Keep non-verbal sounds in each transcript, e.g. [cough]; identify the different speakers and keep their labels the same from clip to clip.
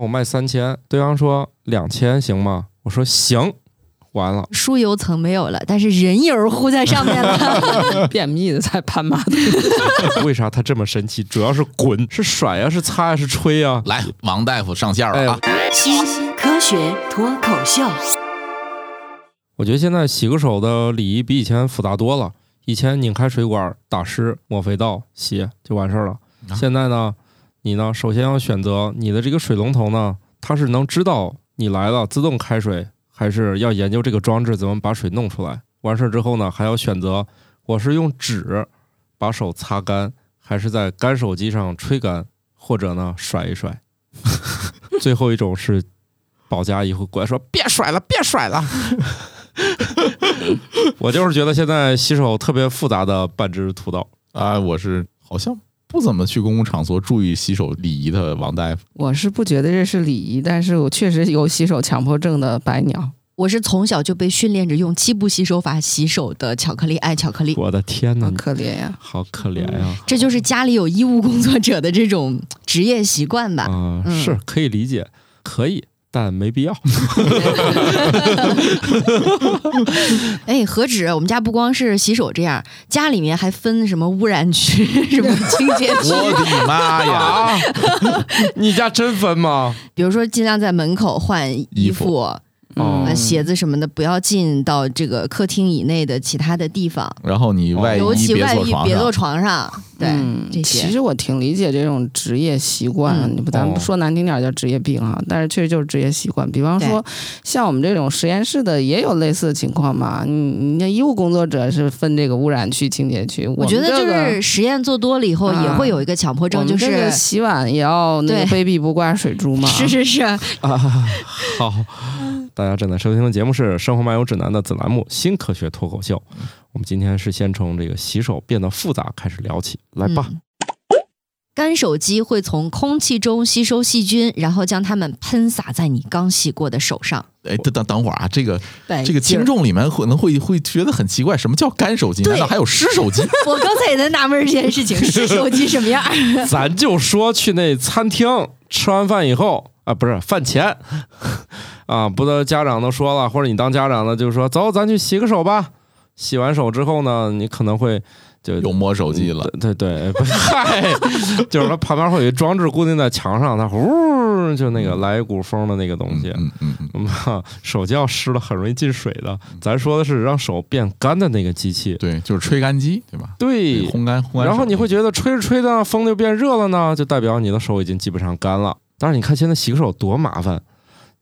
Speaker 1: 我卖三千，对方说两千行吗？我说行，完了， [laughs]
Speaker 2: 输油层没有了，但是人油糊在上面
Speaker 3: [laughs]
Speaker 2: 了。
Speaker 4: 便秘的在潘妈的，
Speaker 1: 为啥他这么生气？主要是滚，是甩呀、是擦呀、是吹呀、
Speaker 3: 来，王大夫上线了啊！
Speaker 1: 哎
Speaker 5: 新科学脱口秀，
Speaker 1: 我觉得现在洗个手的礼仪比以前复杂多了。以前拧开水管打湿，抹肥皂洗就完事儿了。
Speaker 3: 啊
Speaker 1: 现在呢，你呢首先要选择你的这个水龙头呢，它是能知道你来了自动开水，还是要研究这个装置怎么把水弄出来。完事儿之后呢，还要选择我是用纸把手擦干，还是在干手机上吹干，或者呢甩一甩。最后一种是保洁阿姨会过来说
Speaker 3: 别甩了，别甩了！
Speaker 1: [laughs] 我就是觉得现在洗手特别复杂的半只屠刀。
Speaker 3: 啊，我是好像不怎么去公共场所注意洗手礼仪的
Speaker 1: [laughs]
Speaker 3: 王大夫。
Speaker 4: [laughs] 我是不觉得这是礼仪，但是我确实有洗手强迫症的白鸟。
Speaker 2: 我是从小就被训练着用七步洗手法洗手的巧克力爱巧克
Speaker 3: 嗯
Speaker 2: 力，
Speaker 1: 我的天
Speaker 4: 好
Speaker 1: 呐，
Speaker 4: 可怜呀、
Speaker 1: 好可怜呀！
Speaker 2: 这就是家里有医务工作者的这种职业习惯吧。
Speaker 1: 啊，
Speaker 2: 嗯
Speaker 1: 是可以理解，可以，但没必要。
Speaker 3: 嗯
Speaker 2: 哎，何止我们家不光是洗手这样，家里面还分什么污染
Speaker 3: [laughs]
Speaker 2: 区、 [laughs] 什么清洁区，
Speaker 3: 我的妈哎呀！
Speaker 1: 啊， [laughs] 你家真分吗？
Speaker 2: 比如说尽量在门口换衣
Speaker 3: 衣
Speaker 2: 服。
Speaker 3: 服嗯
Speaker 1: 哦
Speaker 2: 呃，鞋子什么的不要进到这个客厅以内的其他的地方，
Speaker 3: 然后哎你外
Speaker 2: 尤
Speaker 3: 衣
Speaker 2: 其
Speaker 3: 别
Speaker 2: 外
Speaker 3: 坐
Speaker 2: 遇
Speaker 3: 床
Speaker 2: 别坐床
Speaker 3: 上，
Speaker 2: 上，对、
Speaker 4: 嗯
Speaker 2: 这
Speaker 4: 其
Speaker 2: 些。
Speaker 4: 实我挺理解这种职业习惯，
Speaker 2: 嗯
Speaker 4: 你不咱
Speaker 1: 哦
Speaker 4: 们说难听点儿叫职业病啊，但是确实就是职业习惯。比方说，像我们这种实验室的也有类似的情况嘛。你你那医务工作者是分这个污染区、清洁区，我
Speaker 2: 我
Speaker 4: 们
Speaker 2: 觉得
Speaker 4: 这
Speaker 2: 就
Speaker 4: 个
Speaker 2: 是实验做多了以后
Speaker 4: 啊
Speaker 2: 也会有一个强迫
Speaker 4: 我
Speaker 2: 症，
Speaker 4: 们
Speaker 2: 就
Speaker 4: 这
Speaker 2: 是 [laughs]
Speaker 4: 个洗碗也要那个
Speaker 2: 对
Speaker 4: 卑鄙不挂水珠
Speaker 2: [laughs]
Speaker 4: 嘛。
Speaker 2: 是是是，
Speaker 1: 啊，好，大家正在收听的节目是《生活漫游指南》的子栏目《新科学脱口秀》。我们今天是先从这个洗手变得复杂开始聊起，来吧。
Speaker 2: 嗯干手机会从空气中吸收细菌，然后将它们喷洒在你刚洗过的手上。
Speaker 3: 哎，等等等会儿啊，这个
Speaker 1: 哎
Speaker 4: 对
Speaker 3: 这个听众里面可能会会觉得很奇怪，什么叫干手机？
Speaker 2: 对
Speaker 3: 难道还有湿手
Speaker 1: [laughs]
Speaker 3: 机？
Speaker 2: [laughs] 我刚才也在纳闷这件事
Speaker 4: [laughs]
Speaker 2: 情，是手机什么样？
Speaker 1: [laughs] 咱就说去那餐厅吃完饭以后啊，不是饭前 [laughs] 啊，不都家长都说了，或者你当家长的就说走，咱去洗个手吧。洗完手之后呢，你可能会就
Speaker 3: 又摸手机了。
Speaker 1: 对对对，不是嗨， [laughs] 就是它旁边会有一装置固定在墙上，它呼就那个来一股风的那个东西。
Speaker 3: 嗯嗯嗯，
Speaker 1: 嗯，哈手机要湿了很容易进水的。咱说的是让手变干的那个机器，
Speaker 3: 对，就是吹干机，对吧？
Speaker 1: 对，
Speaker 3: 烘干烘干手机。
Speaker 1: 然后你会觉得吹着吹着风就变热了呢，就代表你的手已经基本上干了。但是你看现在洗个手多麻烦，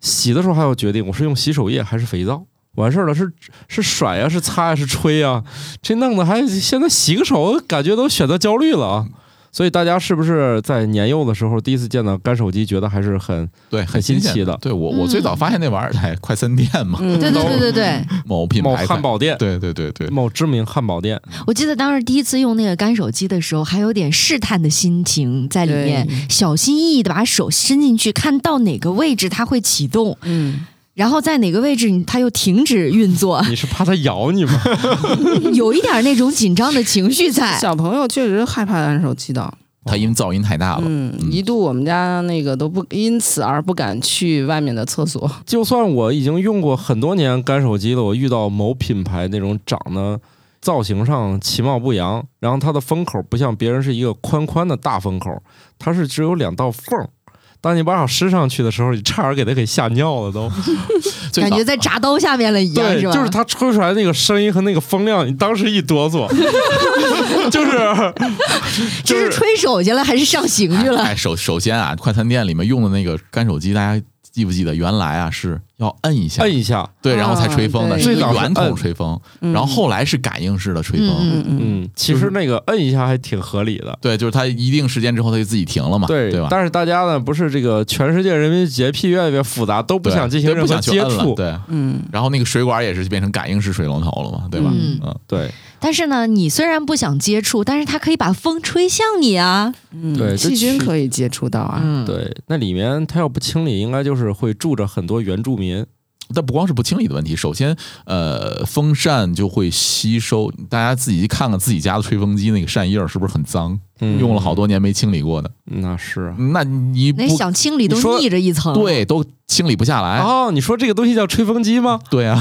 Speaker 1: 洗的时候还要决定我是用洗手液还是肥皂。完事儿了，是是甩呀、是擦呀、是吹呀、这弄得还现在洗个手感觉都选择焦虑了啊。所以大家是不是在年幼的时候第一次见到干手机，觉得还是很
Speaker 3: 对
Speaker 1: 很
Speaker 3: 很
Speaker 1: 新
Speaker 3: 新
Speaker 1: 奇
Speaker 3: 鲜
Speaker 1: 的
Speaker 3: 对我我最早发现那玩意儿在快餐店嘛，
Speaker 4: 嗯，
Speaker 2: 对对对对对，
Speaker 3: 某品
Speaker 1: 某
Speaker 3: 牌快
Speaker 1: 汉。堡嗯店、
Speaker 3: 对对对对，
Speaker 1: 某知名汉堡店，
Speaker 2: 我记得当时第一次用那个干手机的时候，还有点试探的心情在里面，小心翼翼的把手伸进去，看到哪个位置它会启动，
Speaker 4: 嗯，
Speaker 2: 然后在哪个位置你它又停止运作，
Speaker 1: 你是怕它咬你吗？
Speaker 2: 有一点那种紧张的情绪
Speaker 4: [laughs]
Speaker 2: 在。
Speaker 4: 小朋友确实害怕按手机的，
Speaker 3: 它因为噪音太大了。
Speaker 4: 嗯，一度我们家那个都不因此而不敢去外面的厕所。
Speaker 1: 就算我已经用过很多年干手机了，我遇到某品牌那种长得造型上其貌不扬，然后它的风口不像别人是一个宽宽的大风口，它是只有两道缝儿。当你把手伸上去的时候，你差点给它给吓尿了都。
Speaker 3: 最
Speaker 2: 感
Speaker 3: 早
Speaker 2: 觉在铡刀下面了一样，
Speaker 1: 对，
Speaker 2: 吧？
Speaker 1: 就是它吹出来那个声音和那个风量，你当时一哆嗦， [laughs]
Speaker 3: [laughs]
Speaker 1: 就是
Speaker 2: 这
Speaker 1: 就是是
Speaker 2: 吹手去了还是上刑去了？
Speaker 3: 哎，首首先啊，快餐店里面用的那个干手机，大家记不记得？原来啊是要摁一下，
Speaker 1: 摁一下，
Speaker 3: 对，然后才吹风的，
Speaker 4: 啊
Speaker 3: 是一个
Speaker 1: 哎对
Speaker 3: 圆筒吹风，
Speaker 4: 嗯
Speaker 3: 然后后来是感应式的吹风。
Speaker 2: 嗯嗯，
Speaker 4: 嗯
Speaker 1: 嗯，其实那个摁一下还挺合理的。
Speaker 3: 对，就是它一定时间之后，它就自己停了嘛，对吧？
Speaker 1: 但是大家呢，不是这个全世界人民洁癖越来越复杂，都不
Speaker 3: 对
Speaker 1: 想进行
Speaker 3: 对
Speaker 1: 任
Speaker 3: 不
Speaker 1: 何
Speaker 3: 想去
Speaker 1: 接
Speaker 3: 摁了
Speaker 1: 触，
Speaker 3: 对。
Speaker 4: 嗯，
Speaker 3: 然后那个水管也是变成感应式水龙头了嘛，对吧？
Speaker 2: 嗯
Speaker 3: 嗯，
Speaker 1: 对，
Speaker 2: 但是呢，你虽然不想接触，但是它可以把风吹向你啊。
Speaker 4: 嗯
Speaker 1: 对这
Speaker 4: 细菌
Speaker 1: 取
Speaker 4: 可以接触到啊。
Speaker 2: 嗯，
Speaker 1: 对，那里面它要不清理，应该就是会住着很多原住民。
Speaker 3: 但不光是不清理的问题，首先，呃，风扇就会吸收，大家自己看看自己家的吹风机那个扇叶儿是不是很脏？
Speaker 1: 嗯
Speaker 3: 用了好，多年没清理过的，
Speaker 1: 那是啊
Speaker 3: 那你
Speaker 2: 那
Speaker 3: 不
Speaker 2: 想清理都
Speaker 3: 你说
Speaker 2: 腻着一层，，
Speaker 3: 对都清理不下来。
Speaker 1: 哦，你说这个东西叫吹风机吗？
Speaker 3: 对啊，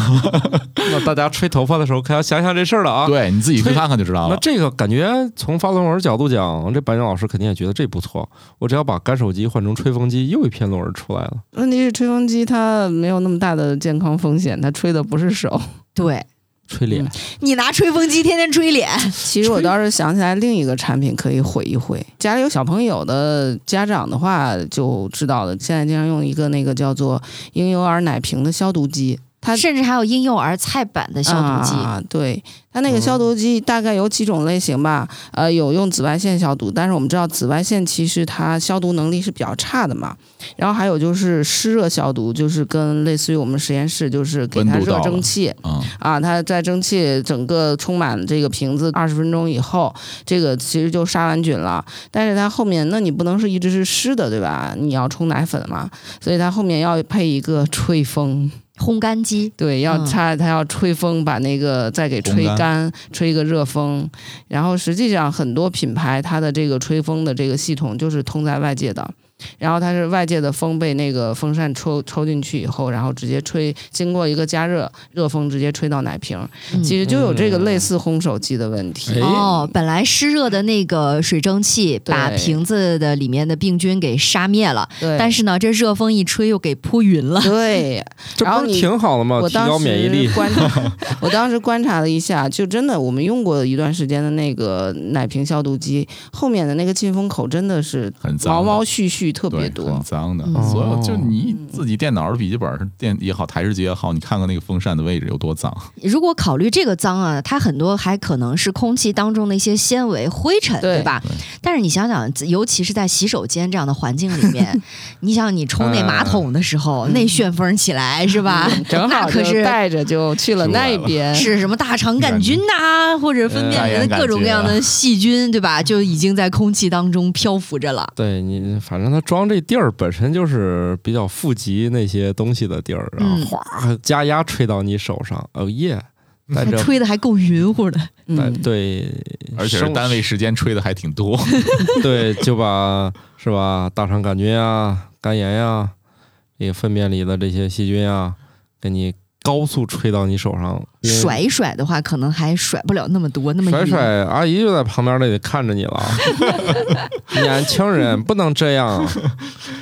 Speaker 1: 那大家吹头发的时候可要想想这事儿了啊。
Speaker 3: 对，你自己去看看就知道
Speaker 1: 那
Speaker 3: 了。
Speaker 1: 这个感觉从发论文角度讲，这白鸟老师肯定也觉得这不错。我只要把干手机换成吹风机，又一篇论文出来了。
Speaker 4: 问题是吹风机它没有那么大的健康风险，它吹的不是手。
Speaker 2: 对
Speaker 1: 吹脸
Speaker 4: 嗯，
Speaker 2: 你拿吹风机天天吹脸，
Speaker 4: 其实我倒是想起来另一个产品可以毁一毁。家里有小朋友的家长的话就知道了，现在经常用一个那个叫做婴幼儿奶瓶的消毒机，它
Speaker 2: 甚至还有婴幼儿菜板的消毒剂，
Speaker 4: 啊，对，它那个消毒剂大概有几种类型吧，呃，有用紫外线消毒，但是我们知道紫外线其实它消毒能力是比较差的嘛。然后还有就是湿热消毒，就是跟类似于我们实验室，就是给
Speaker 3: 温
Speaker 4: 它
Speaker 3: 度
Speaker 4: 热
Speaker 3: 到了
Speaker 4: 蒸汽，
Speaker 3: 嗯，
Speaker 4: 啊，它在蒸汽整个充满这个瓶子二十分钟以后，这个其实就杀完菌了。但是它后面，那你不能是一直是湿的，对吧？你要冲奶粉嘛，所以它后面要配一个吹风，
Speaker 2: 烘干机。
Speaker 4: 对，要
Speaker 2: 嗯
Speaker 4: 插，它要吹风，把那个再给
Speaker 3: 烘
Speaker 4: 吹
Speaker 3: 干
Speaker 4: 干，吹一个热风。然后实际上很多品牌它的这个吹风的这个系统就是通在外界的。然后它是外界的风被那个风扇抽抽进去以后，然后直接吹，经过一个加热，热风直接吹到奶瓶，
Speaker 2: 嗯
Speaker 4: 其实就有这个类似烘手机的问题。
Speaker 1: 哎
Speaker 2: 哦，本来湿热的那个水蒸气
Speaker 4: 对
Speaker 2: 把瓶子的里面的病菌给杀灭了，
Speaker 4: 对，
Speaker 2: 但是呢，这热风一吹又给扑匀了。
Speaker 1: [laughs]
Speaker 4: 对
Speaker 1: 这
Speaker 4: 然后
Speaker 1: 不是
Speaker 4: 你
Speaker 1: 挺好的吗？
Speaker 4: 我
Speaker 1: 哦提高
Speaker 4: 当
Speaker 1: 免疫
Speaker 4: 时
Speaker 1: 力
Speaker 4: 观
Speaker 1: [laughs]
Speaker 4: 察，我当时观察了一下，就真的我们用过一段时间的那个奶瓶消毒机，后面的那个进风口真的是
Speaker 3: 很脏的，
Speaker 4: 毛毛絮絮特别
Speaker 3: 对，很
Speaker 4: 多。
Speaker 3: 脏的。
Speaker 4: 嗯
Speaker 3: 所有就
Speaker 1: 哦
Speaker 3: 你自己电脑的笔记本、电也好，台式机也好，你看看那个风扇的位置有多脏。
Speaker 2: 如果考虑这个脏啊，它很多还可能是空气当中的一些纤维、灰尘，
Speaker 4: 对
Speaker 2: 吧
Speaker 3: 对
Speaker 2: 但是你想想，尤其是在洗手间这样的环境里面，你想你冲那马桶的时候，那旋风起来是吧？
Speaker 4: 嗯 [laughs] 正
Speaker 2: 那
Speaker 4: 好
Speaker 2: 可
Speaker 4: 就是带着就去了
Speaker 3: 出来
Speaker 4: 那
Speaker 3: 了
Speaker 1: [laughs]
Speaker 4: 边，
Speaker 2: 是什么大肠杆菌呐、或者粪便里的各种各样的细菌，对吧？就已经在空气当中漂浮着了。
Speaker 1: 对你，反正它装这地儿本身就是比较富集那些东西的地儿，然后
Speaker 2: 嗯
Speaker 1: 哗加压吹到你手上，哦耶！带
Speaker 2: 还
Speaker 1: [laughs] 着
Speaker 2: 吹的还够匀乎的，
Speaker 1: 带
Speaker 4: 嗯，
Speaker 1: 对，
Speaker 3: 而且是
Speaker 1: 生
Speaker 3: 单位时间吹的还挺多，
Speaker 1: 对，就把是吧大肠杆菌啊、肝炎呀、这个粪便里的这些细菌啊，给你高速吹到你手上，因为
Speaker 2: 甩一甩的话，可能还甩不了那么多，那么
Speaker 1: 甩
Speaker 2: 匀。
Speaker 1: 甩，阿姨就在旁边那里看着你
Speaker 2: [laughs]
Speaker 1: 了。年轻人不能这样，啊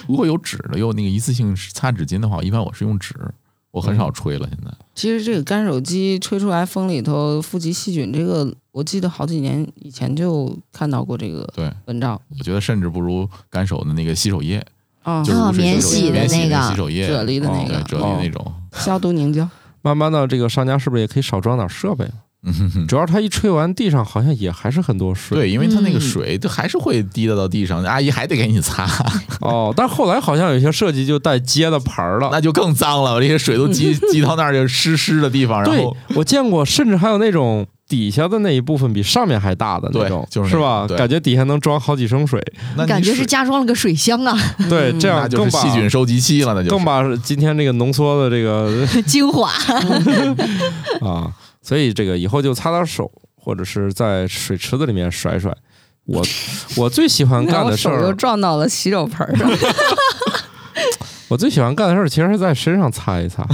Speaker 3: 如果有纸的，有那个一次性擦纸巾的话，一般我是用纸，我很少吹了。现在
Speaker 4: 其实这个干手机吹出来风里头富集细菌，这个我记得好几年以前就看到过这个
Speaker 3: 对
Speaker 4: 文章
Speaker 3: 我觉得甚至不如干手的那个洗手液，
Speaker 4: 啊，
Speaker 3: 就是
Speaker 2: 哦
Speaker 3: 不是
Speaker 2: 免
Speaker 3: 洗手
Speaker 2: 洗
Speaker 3: 液
Speaker 2: 的
Speaker 3: 免洗
Speaker 2: 那个
Speaker 3: 洗手液
Speaker 4: 啫喱的
Speaker 1: 那个
Speaker 3: 对啫喱那种。
Speaker 4: 消毒凝胶。
Speaker 1: 慢慢的这个商家是不是也可以少装点设备？啊
Speaker 3: 嗯哼哼
Speaker 1: 主要是它一吹完，地上好像也还是很多水。
Speaker 3: 对，因为它那个
Speaker 2: 嗯
Speaker 3: 水就还是会滴到到地上，阿姨还得给你擦，
Speaker 1: 哦，但后来好像有些设计就带接的盘
Speaker 2: 啊
Speaker 1: 儿了。
Speaker 3: 那就更脏了。这些水都
Speaker 2: [laughs]
Speaker 3: 积积到那儿就湿湿的地方，然
Speaker 1: 对
Speaker 3: 后， [laughs]
Speaker 1: 我见过，甚至还有那种底下的那一部分比上面还大的那
Speaker 3: 对
Speaker 1: 种，
Speaker 3: 就是那
Speaker 1: 是
Speaker 3: 种
Speaker 1: 吧？
Speaker 3: 对
Speaker 1: 感觉底下能装好几升水。
Speaker 3: 那你
Speaker 2: 感觉是
Speaker 3: 水
Speaker 2: 加装了个水箱啊，
Speaker 1: [laughs]
Speaker 2: [laughs]
Speaker 1: 对，
Speaker 4: 嗯
Speaker 1: 这
Speaker 3: 那
Speaker 1: 样
Speaker 3: 就是
Speaker 1: 更把
Speaker 3: 细菌收集器了，那就是
Speaker 1: 更把今天这个浓缩的这
Speaker 3: [laughs]
Speaker 1: 个
Speaker 2: 精华。
Speaker 1: 啊，所以这个以后就擦擦手，或者是在水池子里面甩甩。
Speaker 3: [laughs]
Speaker 1: 我我最喜欢干的事
Speaker 4: 然后手又
Speaker 1: 儿，
Speaker 4: 撞到了洗手
Speaker 1: [laughs]
Speaker 4: 盆儿上。
Speaker 1: 我最喜欢干的事儿，其实是在身上擦一
Speaker 4: [laughs]
Speaker 1: 擦。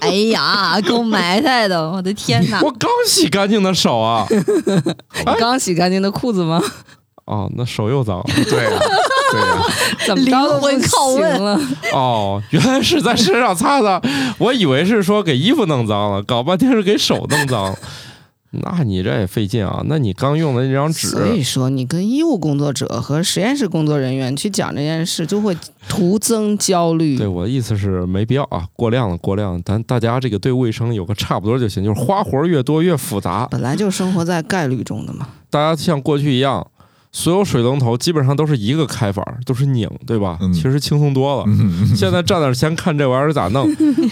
Speaker 2: 哎 [laughs] 呀，够埋汰的，我的天哪！
Speaker 1: 我刚洗干净的手啊，
Speaker 4: 你刚洗干净的裤子吗？ [laughs]
Speaker 1: 哦，那手又
Speaker 3: [laughs]
Speaker 1: 脏了
Speaker 3: 对啊对啊，
Speaker 4: 怎么着都不
Speaker 2: 灵魂拷问
Speaker 4: 行了？
Speaker 1: [laughs] 哦，原来是在身上擦的，我以为是说给衣服弄脏了，搞半天是给手弄脏 [laughs] 了。那你这也费劲啊！那你刚用的那张
Speaker 4: 所以
Speaker 1: 纸，
Speaker 4: 说，你跟医务工作者和实验室工作人员去讲这件事，就会徒增焦虑
Speaker 1: 对。我的意思是没必要啊，过量了，过量了。咱大家这个对卫生有个差不多就行，就是花活越多越复杂。
Speaker 4: 本来就生活在概率中的嘛，
Speaker 1: 大家像过去一样，所有水龙头基本上都是一个开法，都是拧，对吧？
Speaker 3: 嗯
Speaker 1: 其实轻松多了。现在站那儿先看这玩意儿咋
Speaker 3: [laughs]
Speaker 1: 弄。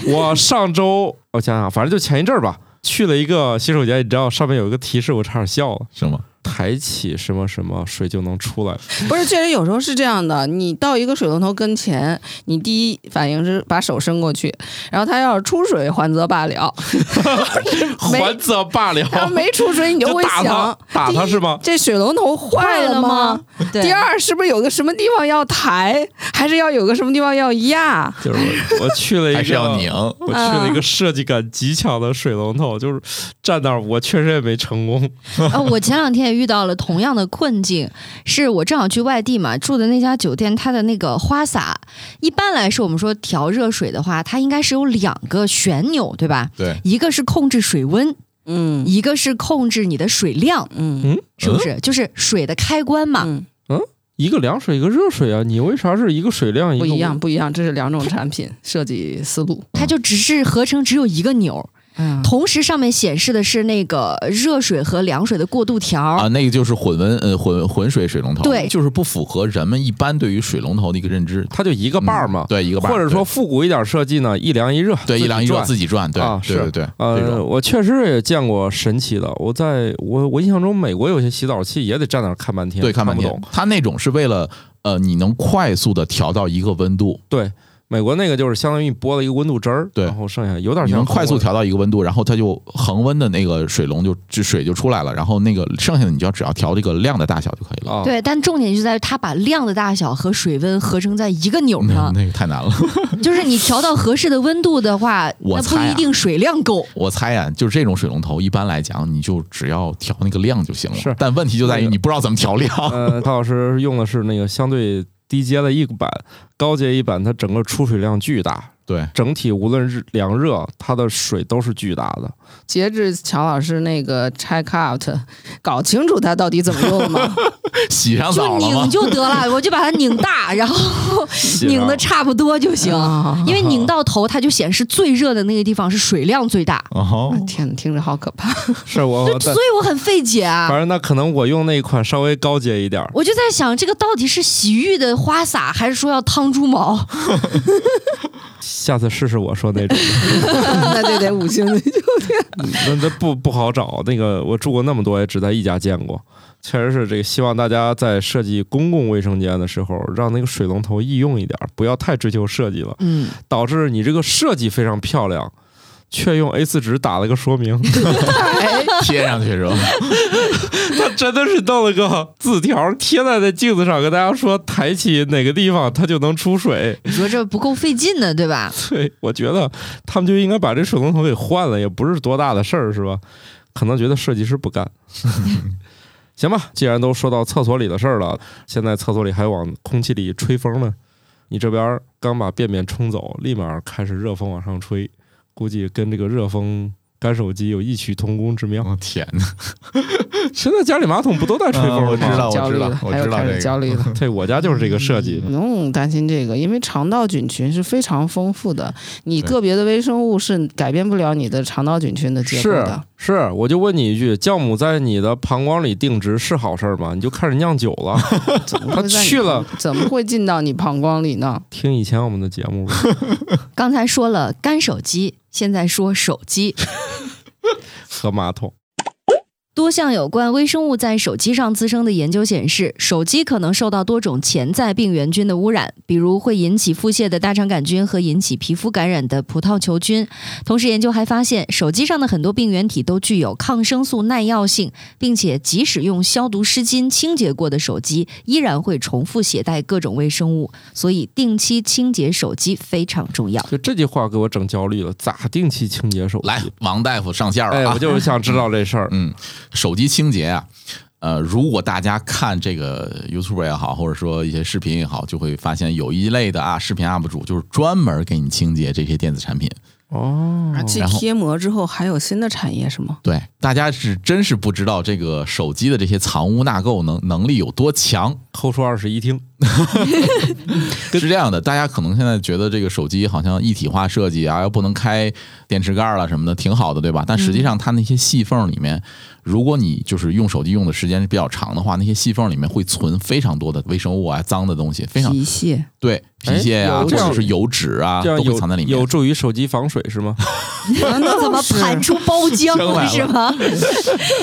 Speaker 1: 我上周我想想，反正就前一阵儿吧，去了一个洗手间，你知道上面有一个提示，我差点笑了。
Speaker 3: 是吗？
Speaker 1: 抬起什么什么水就能出
Speaker 4: [laughs]
Speaker 1: 来。
Speaker 4: 不是，确实有时候是这样的。你到一个水龙头跟前，你第一反应是把手伸过去，然后它要是出水，还则罢 [laughs] 了；没
Speaker 1: 还则罢了， [laughs]
Speaker 4: 它没出水，你
Speaker 1: 就
Speaker 4: 会 [laughs]
Speaker 1: 打他
Speaker 4: 想，
Speaker 1: 打他
Speaker 4: 第一
Speaker 1: 是吗？
Speaker 4: 这水龙头坏了吗？？
Speaker 2: 对
Speaker 4: 第，二，是不是有个什么地方要抬，还是要有个什么地方要压？
Speaker 1: 就是我我去了一个，
Speaker 3: 还是要拧。
Speaker 1: 我去了
Speaker 4: 嗯
Speaker 1: 一个设计感极强的水龙头，就是站那儿，我确实也没成功。
Speaker 2: 呃，我前两天也遇到了同样的困境，是我正好去外地嘛，住的那家酒店，它的那个花洒，一般来说我们说调热水的话，它应该是有两个旋钮，对吧？
Speaker 3: 对，
Speaker 2: 一个是控制水温，
Speaker 4: 嗯
Speaker 2: 一个是控制你的水量，
Speaker 4: 嗯
Speaker 2: 是不是？就是水的开关嘛。
Speaker 4: 嗯，
Speaker 1: 一个凉水，一个热水啊，你为啥是一个水量一个
Speaker 4: 不一样，？不一样，这是两种产品设计思路。
Speaker 2: 它就只是合成只有一个钮儿，
Speaker 4: 嗯，
Speaker 2: 同时上面显示的是那个热水和凉水的过渡条儿。
Speaker 3: 啊，那个就是混温呃混混水水龙头，
Speaker 2: 对
Speaker 3: 就是不符合人们一般对于水龙头的一个认知。
Speaker 1: 它就一个把儿嘛
Speaker 3: 嗯，对一个把儿
Speaker 1: 或者说复古一点设计呢，一凉一热，
Speaker 3: 对一凉一热
Speaker 1: 转
Speaker 3: 自己转，对
Speaker 1: 啊
Speaker 3: 对
Speaker 1: 是
Speaker 3: 对对，这
Speaker 1: 呃，
Speaker 3: 种
Speaker 1: 我确实也见过神奇的。我在我我印象中，美国有些洗澡器也得站那儿看半天，
Speaker 3: 对
Speaker 1: 看
Speaker 3: 看半
Speaker 1: 不
Speaker 3: 天
Speaker 1: 懂。，
Speaker 3: 它那种是为了呃你能快速的调到一个温度，
Speaker 1: 对，美国那个就是相当于你拨了一个温度针儿，
Speaker 3: 对
Speaker 1: 然后剩下有点
Speaker 3: 你
Speaker 1: 像
Speaker 3: 能快速调到一个温度，然后它就恒温的那个水龙就就水就出来了，然后那个剩下的你就要只要调这个量的大小就可以了。
Speaker 1: 啊，
Speaker 2: 对，但重点就在于它把量的大小和水温合成在一个钮儿
Speaker 3: 那
Speaker 2: 上，
Speaker 3: 嗯那个太难了，
Speaker 2: [laughs] 就是你调到合适的温度的话，
Speaker 3: 我
Speaker 2: 那不
Speaker 3: 猜啊
Speaker 2: 一定水量够。
Speaker 3: 我猜呀、就是这种水龙头，一般来讲，你就只要调那个量就行了。
Speaker 1: 是
Speaker 3: 但问题就在于你不知道怎么调量。
Speaker 1: 呃，陶老师用的是那个相对低阶的一版，高阶一版它整个出水量巨大，
Speaker 3: 对，
Speaker 1: 整体无论是凉热，它的水都是巨大
Speaker 4: [laughs]
Speaker 1: 的。
Speaker 4: 截至乔老师那个 check out，搞清楚它到底怎么用了吗？
Speaker 3: 洗上
Speaker 2: 就
Speaker 3: 澡了
Speaker 2: 拧
Speaker 3: 吗？
Speaker 2: 就得了， [laughs] 我就把它拧大，然后拧
Speaker 1: [laughs]
Speaker 2: 的差不多就行。
Speaker 4: 啊
Speaker 2: 因为拧到头，它就显示最热的那个地方是水量最大，
Speaker 3: 哦，
Speaker 4: 天哪，听着好可怕！
Speaker 1: 是我，我
Speaker 2: 所以我很费解啊
Speaker 1: 反。正那可能我用那一款稍微高阶一点儿。
Speaker 2: 我就在想，这个到底是洗浴的花洒，还是说要烫猪毛？
Speaker 1: 下次试试我说那种，
Speaker 4: [laughs]
Speaker 1: 嗯
Speaker 4: 那就得五星的
Speaker 1: 那那不不好找。那个我住过那么多，也只在一家见过。确实是这个，希望大家在设计公共卫生间的时候，让那个水龙头易用一点儿，不要太追求设计了，
Speaker 2: 嗯，
Speaker 1: 导致你这个设计非常漂亮，却用 A 4纸打了个说明。
Speaker 2: 哎
Speaker 4: 牌，
Speaker 3: 贴上去是吧？
Speaker 1: 他真的是弄了个字条贴在那镜子上，跟大家说抬起哪个地方它就能出水。
Speaker 2: 你说这不够费劲呢，对吧？
Speaker 1: [laughs] 对，我觉得他们就应该把这水龙头给换了，也不是多大的事儿，是吧？可能觉得设计师不
Speaker 3: [laughs]
Speaker 1: 干。行吧，既然都说到厕所里的事儿了，现在厕所里还往空气里吹风呢。你这边儿刚把便便冲走，立马开始热风往上吹，估计跟这个热风干手机有异曲同工之
Speaker 3: [laughs]
Speaker 1: 妙。
Speaker 3: 我哦天哪！
Speaker 1: 现在家里马桶不都在吹风吗？
Speaker 3: [laughs] 嗯我知道
Speaker 4: 焦虑了，
Speaker 3: 我知道
Speaker 4: 还有
Speaker 3: 我知道
Speaker 4: 开
Speaker 3: 这
Speaker 4: 始
Speaker 3: 个
Speaker 4: 焦虑
Speaker 3: [laughs]
Speaker 4: 了。嗯
Speaker 1: 对，我家就是这个设计。
Speaker 4: 不用担心这个，因为肠道菌群是非常丰富的，你
Speaker 3: 对
Speaker 4: 个别的微生物是改变不了你的肠道菌群的结构
Speaker 1: 是
Speaker 4: 的。
Speaker 1: 是，我就问你一句，酵母在你的膀胱里定植是好事儿吗？你就开始酿酒了。
Speaker 4: 怎么
Speaker 1: 它
Speaker 4: 会在你
Speaker 1: 去了？
Speaker 4: 怎么会进到你膀胱里 [laughs] 呢？
Speaker 1: 听以前我们的节目吧， [laughs]
Speaker 2: 刚才说了干手机，现在说手机，
Speaker 1: 和马桶
Speaker 2: 多项有关微生物在手机上滋生的研究显示，手机可能受到多种潜在病原菌的污染，比如会引起腹泻的大肠杆菌和引起皮肤感染的葡萄球菌。同时，研究还发现，手机上的很多病原体都具有抗生素耐药性，并且即使用消毒湿巾清洁过的手机，依然会重复携带各种微生物。所以，定期清洁手机非常重要。
Speaker 1: 就这句话给我整焦虑了，咋定期清洁手机？
Speaker 3: 来，王大夫上线
Speaker 1: 哎，
Speaker 3: 了啊！
Speaker 1: 我就是想知道这事儿。
Speaker 3: 嗯，手机清洁啊，呃，如果大家看这个 YouTube 也好，或者说一些视频也好，就会发现有一类的啊，视频 UP 主就是专门给你清洁这些电子产品。
Speaker 1: [laughs] 哦，
Speaker 4: 继
Speaker 3: 嗯然后
Speaker 4: 贴膜之后还有新的产业是吗？
Speaker 3: 对，大家是真是不知道这个手机的这些藏污纳垢能能力有多强。
Speaker 1: 抠出二室一厅。
Speaker 3: 是这样的，大家可能现在觉得这个手机好像一体化设计啊，又不能开电池盖儿了什么的，挺好的，对吧？但实际上它那些细缝里面，如果你就是用手机用的时间比较长的话，那些细缝里面会存非常多的微生物啊、脏的东西，非常
Speaker 4: 皮 [laughs] 屑，
Speaker 3: 对皮屑呀、
Speaker 1: 哎有
Speaker 3: 或
Speaker 1: 这样
Speaker 3: 者是油脂啊，
Speaker 1: 这样
Speaker 3: 都会
Speaker 1: 有
Speaker 3: 藏在里面
Speaker 1: 有。助于手机防水是吗？
Speaker 2: 那怎么盘出包浆
Speaker 3: 生
Speaker 2: 了
Speaker 3: 来了
Speaker 2: 是吗？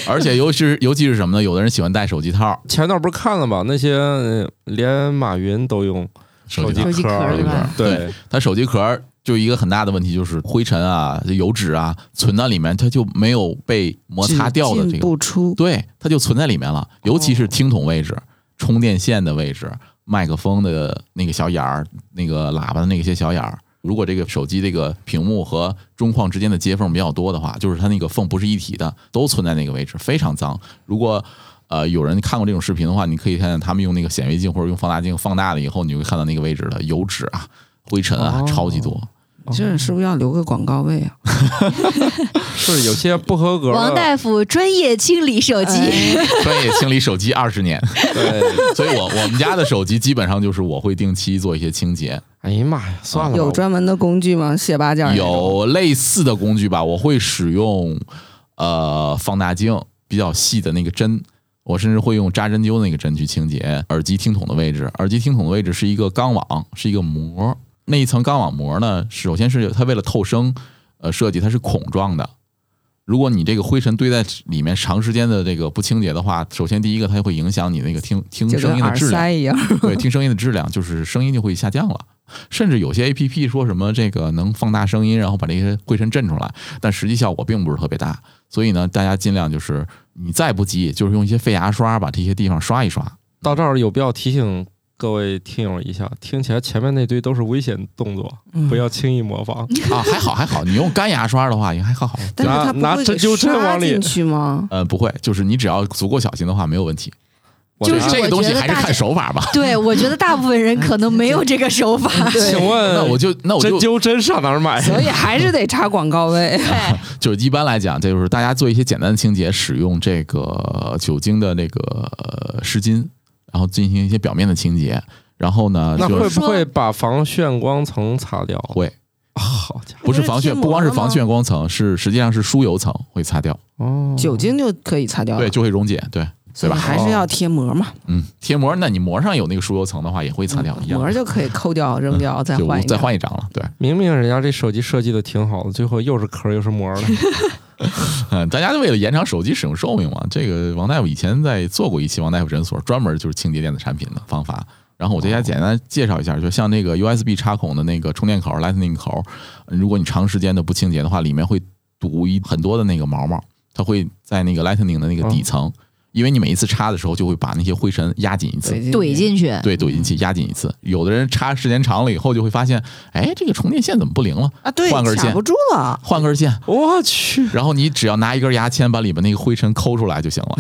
Speaker 3: 而且尤其是尤其是什么呢？有的人喜欢戴手机套，
Speaker 1: 前段不是看了吗？那些呃连马云都用手机
Speaker 3: 套
Speaker 2: 手机壳
Speaker 1: 儿
Speaker 2: 儿是吧
Speaker 1: 对，
Speaker 3: 它手机壳儿就一个很大的问题就是灰尘啊、油脂啊存到里面，它就没有被摩擦掉的
Speaker 4: 只
Speaker 3: 这
Speaker 4: 进
Speaker 3: 个，
Speaker 4: 不出。
Speaker 3: 对，它就存在里面了。
Speaker 1: 哦
Speaker 3: 尤其是听筒位置、充电线的位置、麦克风的那个小眼儿、那个喇叭的那些小眼儿。如果这个手机这个屏幕和中框之间的接缝比较多的话，就是它那个缝不是一体的，都存在那个位置，非常脏。如果呃有人看过这种视频的话，你可以看看他们用那个显微镜或者用放大镜放大了以后，你就会看到那个位置的油脂啊、灰尘啊，
Speaker 1: 哦
Speaker 3: 超级多。
Speaker 4: 这是不是要留个广告位啊？
Speaker 1: 是有些不合格
Speaker 2: 王
Speaker 1: 的。
Speaker 2: 大夫专业清理手机，
Speaker 3: 专业清理手机二十年，
Speaker 1: [laughs]
Speaker 3: [laughs]
Speaker 1: 对，
Speaker 3: 所以我我们家的手机基本上就是我会定期做一些清洁。
Speaker 1: 哎呀妈呀，算了
Speaker 4: 有
Speaker 1: 吧，
Speaker 4: 专门的工具吗？卸八件儿那种
Speaker 3: 有类似的工具吧，我会使用呃放大镜比较细的那个针，我甚至会用扎针灸那个针去清洁耳机听筒的位置。耳机听筒的位置是一个钢网，是一个膜，那一层钢网膜呢，首先是它为了透声呃设计，它是孔状的。如果你这个灰尘堆在里面长时间的这个不清洁的话，首先第一个它会影响你那个听听
Speaker 4: 就
Speaker 3: 声
Speaker 4: 跟
Speaker 3: 音的
Speaker 4: 耳
Speaker 3: 质量，
Speaker 4: 塞一样。
Speaker 3: [laughs] 对，听声音的质量就是声音就会下降了。甚至有些 A P P 说什么这个能放大声音，然后把这些灰尘震出来，但实际效果并不是特别大。所以呢，大家尽量就是你再不济，就是用一些废牙刷把这些地方
Speaker 2: [laughs]
Speaker 3: 刷一刷。
Speaker 1: 到这儿有必要提醒各位听友一下，听起来前面那堆都是危险动作，不要轻易模仿。
Speaker 3: 啊，还好还好，你用干牙刷的话也还好。
Speaker 4: 但是它不
Speaker 1: 拿
Speaker 4: 会
Speaker 1: 针
Speaker 4: 给
Speaker 1: 灸针
Speaker 4: 刷
Speaker 1: 往里
Speaker 4: 进去
Speaker 3: [laughs]
Speaker 4: 吗？
Speaker 3: 呃，不会，就是你只要足够小心的话，没有问题。
Speaker 1: 我
Speaker 2: 就是
Speaker 1: 这
Speaker 3: 这个东西
Speaker 2: 我觉得
Speaker 3: 还是
Speaker 2: 大家
Speaker 3: 看手法吧。
Speaker 2: [laughs] 对我觉得大部分人可能没有这个手法。
Speaker 1: [laughs]
Speaker 3: [laughs]
Speaker 1: 请
Speaker 3: 那
Speaker 1: 问
Speaker 3: 我就那我
Speaker 1: 针
Speaker 3: 就
Speaker 1: 灸针上哪儿买？
Speaker 4: 所以还是得插广告
Speaker 3: 哦
Speaker 4: 位。
Speaker 3: 就是一般来讲，这就是大家做一些简单的清洁，使用这个酒精的那个呃湿巾，然后进行一些表面的清洁。然后呢，
Speaker 1: 那
Speaker 3: 啊就是
Speaker 1: 会不会把防眩光层擦掉？
Speaker 3: 会，
Speaker 1: 好家伙，
Speaker 3: 不是
Speaker 4: 不是
Speaker 3: 防眩，
Speaker 4: 贴膜
Speaker 3: 不光是
Speaker 4: 吗
Speaker 3: 防眩光层，是实际上是疏油层会擦掉，
Speaker 1: 哦，
Speaker 4: 酒精就可以擦掉了，
Speaker 3: 对，就会溶解，对
Speaker 4: 所以
Speaker 3: 对吧？
Speaker 4: 还是要贴膜嘛，嗯
Speaker 3: 嗯，贴膜，那你膜上有那个疏油层的话，也会擦掉，一样嗯
Speaker 4: 膜就可以抠掉、扔掉，再
Speaker 3: 就
Speaker 4: 换一
Speaker 3: 再
Speaker 4: 张。
Speaker 3: 换一张了，对，
Speaker 1: 明明人家这手机设计的挺好的，最后又是壳儿又是膜儿的。
Speaker 3: 嗯，大家为了延长手机使用寿命嘛，这个王大夫以前在做过一期王大夫诊所，专门就是清洁电子产品的方法。然后我在家简单介绍一下，就像那个 USB 插孔的那个充电口、Lightning 口，如果你长时间的不清洁的话，里面会堵一很多的那个毛毛，它会在那个 Lightning 的那个底层，因为你每一次插的时候就会把那些灰尘压紧一次，
Speaker 2: [laughs] 怼进去，
Speaker 3: 对，怼进去压紧一次。有的人插时间长了以后就会发现，哎，这个充电线怎么不灵了？
Speaker 4: 啊，对，
Speaker 3: 换根
Speaker 4: 卡
Speaker 3: 线
Speaker 4: 不住了。
Speaker 3: 换根线，
Speaker 1: 我去，
Speaker 3: 然后你只要拿一根牙签把里面那个灰尘抠出来就行了。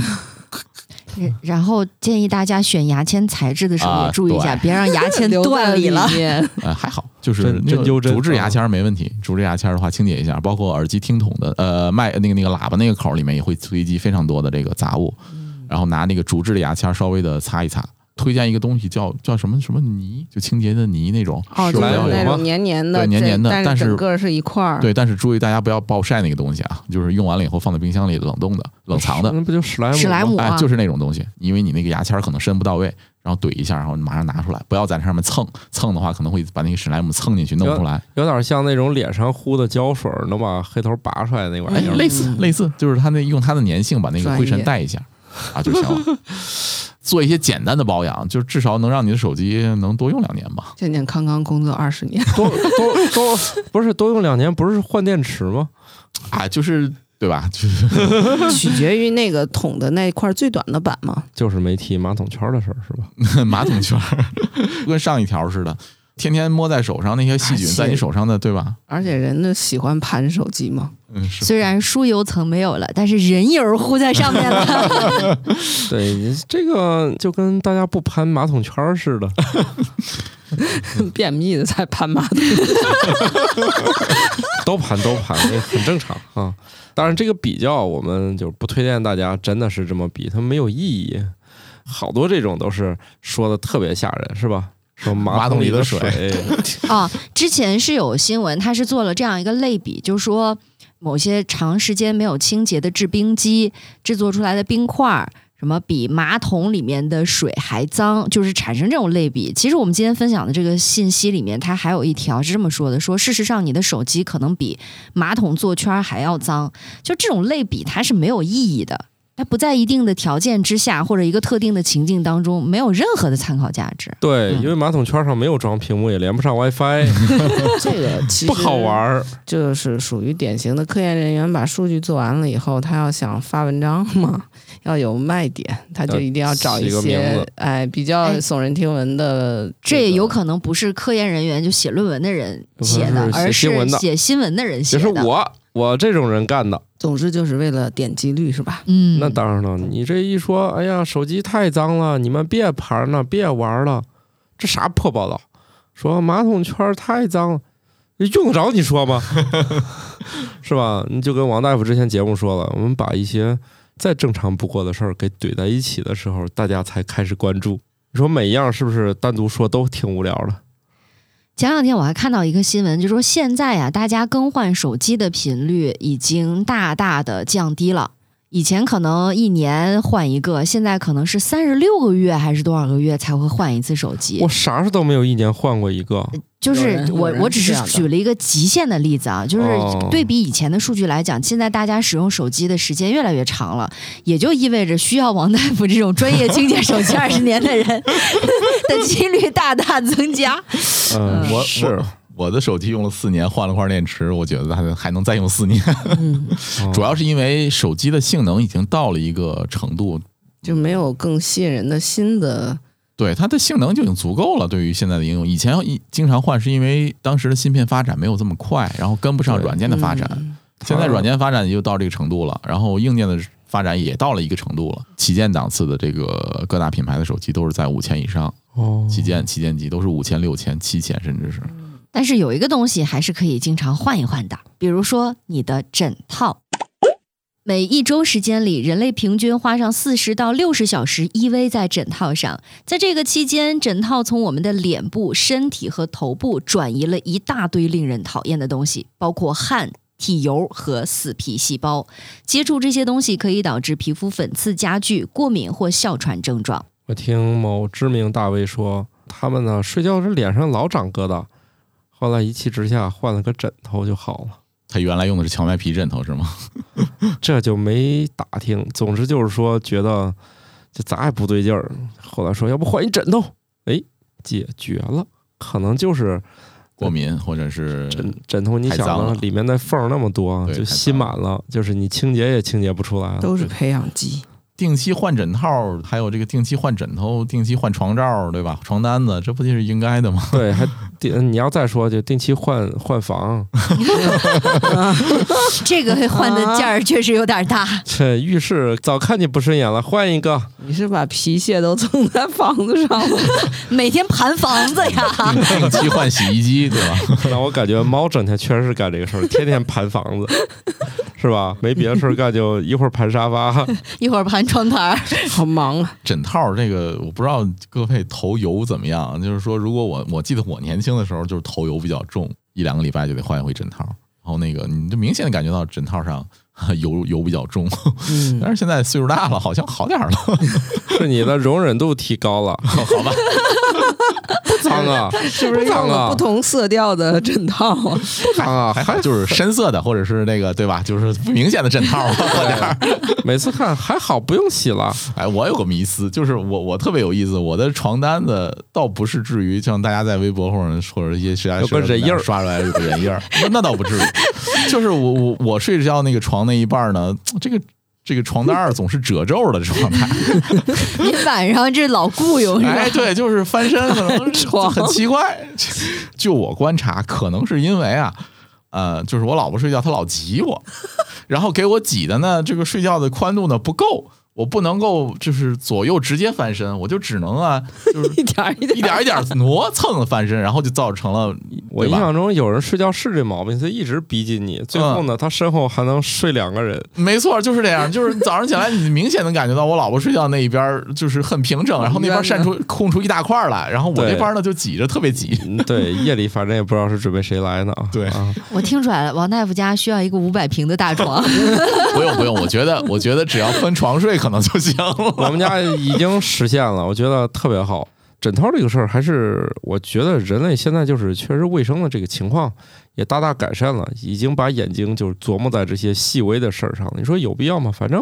Speaker 2: 然后建议大家选牙签材质的时候也
Speaker 3: 啊
Speaker 2: 注意一下，
Speaker 3: 对
Speaker 2: 别让牙
Speaker 3: [laughs]
Speaker 2: 签断理了。
Speaker 4: 面，
Speaker 3: 呃，还好，就是
Speaker 1: 针
Speaker 3: 那个
Speaker 1: 针灸针
Speaker 3: 竹制牙签儿没问题。竹制牙签儿的话，清洁一下，包括耳机听筒的呃麦那个那个喇叭那个口儿里面也会堆积非常多的这个杂物，然后拿那个竹制的牙签儿稍微的擦一擦。推荐一个东西叫叫什么什么泥，就清洁的泥那种，
Speaker 4: 哦，就
Speaker 1: 来
Speaker 4: 是
Speaker 1: 我
Speaker 4: 那
Speaker 1: 吗
Speaker 4: 种黏黏的，
Speaker 3: 对黏黏的
Speaker 4: 但
Speaker 3: 但是
Speaker 4: 整个是一块儿。
Speaker 3: 对，但是注意大家不要暴晒那个东西啊，就是用完了以后放在冰箱里冷冻的、冷藏的，
Speaker 1: 那不就史莱姆吗？
Speaker 2: 史莱姆
Speaker 3: 哎
Speaker 2: 啊，，
Speaker 3: 就是那种东西，因为你那个牙签儿可能伸不到位，然后怼一下，然后马上拿出来，不要在那上面蹭，蹭的话可能会把那个史莱姆蹭进去弄出来。
Speaker 1: 有点像那种脸上糊的胶水儿，能把黑头拔出来那玩
Speaker 3: 哎
Speaker 1: 意儿。，
Speaker 3: 类似类似，就是它那用它的粘性把那个
Speaker 4: 专
Speaker 3: 灰尘
Speaker 4: 业
Speaker 3: 带一下啊就行了。做一些简单的保养，就至少能让你的手机能多用两年吧。
Speaker 4: 健健康康工作二十
Speaker 3: [laughs]
Speaker 4: 年，
Speaker 1: 多多多，不是多用两年，不是换电池吗？
Speaker 3: 啊，就是对吧？ [laughs] 就是
Speaker 4: 取决于那个桶的那块最短的板嘛。
Speaker 1: 就是没提马桶圈儿的事儿，是吧？
Speaker 3: 马桶圈儿，跟上一条似的，天天摸在手上那些细菌
Speaker 4: 而且
Speaker 3: 在你手上的，对吧？
Speaker 4: 而且人家喜欢盘手机嘛，
Speaker 3: 嗯，是。
Speaker 2: 虽然疏油层没有了，但是人油糊在上面了。
Speaker 1: 对，你这个就跟大家不盘马桶圈儿似的。
Speaker 3: 嗯
Speaker 4: [laughs] 便秘的才盘马桶。
Speaker 1: 都盘都盘，这很正常啊。当然，这个比较我们就不推荐大家真的是这么比，它没有意义。好多这种都是说的特别吓人，是吧？说马
Speaker 3: 马桶
Speaker 1: 里
Speaker 3: 里的
Speaker 1: 水，
Speaker 2: 啊，之前是有新闻，它是做了这样一个类比，就是说某些长时间没有清洁的制冰机制作出来的冰块儿，什么比马桶里面的水还脏，就是产生这种类比。其实我们今天分享的这个信息里面，它还有一条是这么说的：说事实上，你的手机可能比马桶座圈儿还要脏。就这种类比，它是没有意义的。它不在一定的条件之下，或者一个特定的情境当中，没有任何的参考价值。
Speaker 1: 对，
Speaker 4: 嗯
Speaker 1: 因为马桶圈上没有装屏幕，也连不上 WiFi，
Speaker 4: 这个其实
Speaker 1: 不好玩，儿。
Speaker 4: 就是属于典型的科研人员把数据做完了以后，他要想发文章嘛，要有卖点，他就一定要找
Speaker 1: 起个名
Speaker 4: 些
Speaker 1: 字
Speaker 4: 哎比较
Speaker 2: 哎
Speaker 4: 耸人听闻的、
Speaker 2: 这也有可能不是科研人员就写论文的人写的，
Speaker 1: 不是
Speaker 2: 而
Speaker 1: 写新
Speaker 2: 是
Speaker 1: 闻的
Speaker 2: 写新闻的人写
Speaker 1: 也
Speaker 2: 的。
Speaker 1: 是我，我这种人干的。
Speaker 4: 总之就是为了点击率是吧？
Speaker 2: 嗯，
Speaker 1: 那当然了，你这一说，哎呀，手机太脏了，你们别盘了，别玩了，这啥破报道？说马桶圈太脏了，用得着你说吗？是吧？你就跟王大夫之前节目说了，我们把一些再正常不过的事儿给怼在一起的时候，大家才开始关注。你说每一样是不是单独说都挺无聊的？
Speaker 2: 前两天我还看到一个新闻，就说现在呀、大家更换手机的频率已经大大的降低了。以前可能一年换一个，现在可能是三十六个月还是多少个月才会换一次手机
Speaker 1: 我。啥事都没有，一年换过一个。
Speaker 2: 就是
Speaker 4: 有人
Speaker 2: 我
Speaker 4: 有人
Speaker 2: 我只
Speaker 4: 是
Speaker 2: 是
Speaker 4: 这样的
Speaker 2: 举了一个极限的例子啊，就是
Speaker 1: 哦
Speaker 2: 对比以前的数据来讲，现在大家使用手机的时间越来越长了，也就意味着需要王大夫这种专业清洁手机二十年的人 [laughs] 的几率大大增加。
Speaker 1: 嗯，
Speaker 3: 我
Speaker 1: 是
Speaker 3: 我我的手机用了四年，换了块电池，我觉得它还能再用四年。
Speaker 4: 嗯，
Speaker 1: 哦
Speaker 3: [laughs] 主要是因为手机的性能已经到了一个程度，
Speaker 4: 就没有更吸引人的新的
Speaker 3: 对它的性能就已经足够了。对于现在的应用，以前一经常换是因为当时的芯片发展没有这么快，然后跟不上
Speaker 1: 对
Speaker 3: 软件的发展。
Speaker 4: 嗯
Speaker 3: 现在软件发展也就到这个程度了，然后硬件的发展也到了一个程度了。旗舰档次的这个各大品牌的手机都是在五千以上，
Speaker 1: 哦
Speaker 3: 旗舰旗舰机都是五千、六千、七千，甚至是
Speaker 1: 嗯
Speaker 2: 但是有一个东西还是可以经常换一换的，比如说你的枕套。每一周时间里，人类平均花上四十到六十小时依偎在枕套上。在这个期间，枕套从我们的脸部、身体和头部转移了一大堆令人讨厌的东西，包括汗、体油和死皮细胞。接触这些东西可以导致皮肤粉刺加剧、过敏或哮喘症状。
Speaker 1: 我听某知名大 V 说，他们呢睡觉时脸上老长疙瘩，后来一气之下换了个枕头就好了， [laughs]
Speaker 3: 它原来用的是荞麦皮枕头是吗？
Speaker 1: 这就没打听。总之就是说，觉得这咋也不对劲儿，后来说要不换一枕头，哎，解决了。可能就是
Speaker 3: 过敏或者是
Speaker 1: 枕枕头，你
Speaker 3: 太
Speaker 1: 想
Speaker 3: 脏
Speaker 1: 啊
Speaker 3: 了，
Speaker 1: 里面那缝儿那么多，
Speaker 3: 对
Speaker 1: 就
Speaker 3: 太
Speaker 1: 吸
Speaker 3: 脏
Speaker 1: 满了，就是你清洁也清洁不出来了。
Speaker 4: 都是培养基。
Speaker 3: 定期换枕套，还有这个定期换枕头、定期换床罩，对吧？床单子，这不就是应该
Speaker 1: [laughs]
Speaker 3: 的吗？
Speaker 1: 对，还定你要再说就定期换换房， [laughs]
Speaker 2: 这个换的价儿确实有点大。
Speaker 1: [laughs] 这浴室早看你不顺眼了，换一个。
Speaker 4: 你是把皮屑都蹭在房子上了？
Speaker 2: 每天盘房子呀。
Speaker 3: 定期换洗衣机，对吧？
Speaker 1: 那我感觉猫整天确实是干这个事儿，天天盘房子，是吧？没别的事儿干，就一会儿盘沙发。
Speaker 2: 一会儿盘窗台儿， [laughs]
Speaker 4: 好忙啊！
Speaker 3: 枕套这个我不知道各位头油怎么样，啊就是说，如果我我记得我年轻的时候就是头油比较重，一两个礼拜就得换一回枕套，然后那个你就明显的感觉到枕套上 [laughs] 呵油油比较重， [laughs]
Speaker 4: 嗯
Speaker 3: 但，是现在岁数大了好像好点儿了， [laughs]
Speaker 1: 是你的容忍度提高了，
Speaker 3: 好吧？
Speaker 1: 不脏啊，
Speaker 4: 是不是
Speaker 1: 脏
Speaker 4: 用了
Speaker 1: 啊
Speaker 4: 不，同色调的枕套啊？
Speaker 1: 不脏啊，
Speaker 3: 还
Speaker 1: 还
Speaker 3: 好就是深色的或者是那个对吧？就是不明显的枕套换点儿。
Speaker 1: 每次看还好，不用洗了。
Speaker 3: 哎，我有个迷思，就是我我特别有意思，我的床单子倒不是至于像大家在微博或者或者一些实在
Speaker 1: 有
Speaker 3: 是
Speaker 1: 个人印儿
Speaker 3: 刷出来有个人印儿，那那倒不至于。就是我我我睡觉那个床那一半儿呢，这个这个床单儿总是褶皱的状态。
Speaker 2: 您晚上这老雇佣是吧？
Speaker 3: 哎，对，就是翻身可能
Speaker 4: 床
Speaker 3: 很奇怪。 [laughs] 就我观察，可能是因为啊，呃，就是 [laughs] 我老婆睡觉，她老挤我，然后给我挤的呢，这个睡觉的宽度呢不够。我不能够就是左右直接翻身，我就只能啊，就是
Speaker 4: 一点儿一
Speaker 3: 一点儿一点儿挪蹭翻身，然后就造成了
Speaker 1: 我印象中有人睡觉是这毛病，他一直逼近你，最
Speaker 4: 嗯
Speaker 1: 后呢，他身后还能睡两个人。
Speaker 3: 没错，就是这样。就是早上起来，你明显能感觉到我老婆睡觉那一边儿就是很平整，然后那边儿扇出空出一大块儿来，然后我
Speaker 1: 对
Speaker 3: 这边儿呢就挤着特别挤。
Speaker 1: 嗯对，夜里反正也不知道是准备谁来呢啊。
Speaker 3: 对
Speaker 1: 啊，
Speaker 2: 我听出来了，王大夫家需要一个五百平的大床，
Speaker 3: [laughs] 不用不用，我觉得我觉得只要分床睡可能就行 [laughs] 了。
Speaker 1: 我们家已经实现了，我觉得特别好。枕头这个事儿，还是我觉得人类现在就是确实卫生的这个情况也大大改善了，已经把眼睛就是琢磨在这些细微的事儿上了。你说有必要吗？反正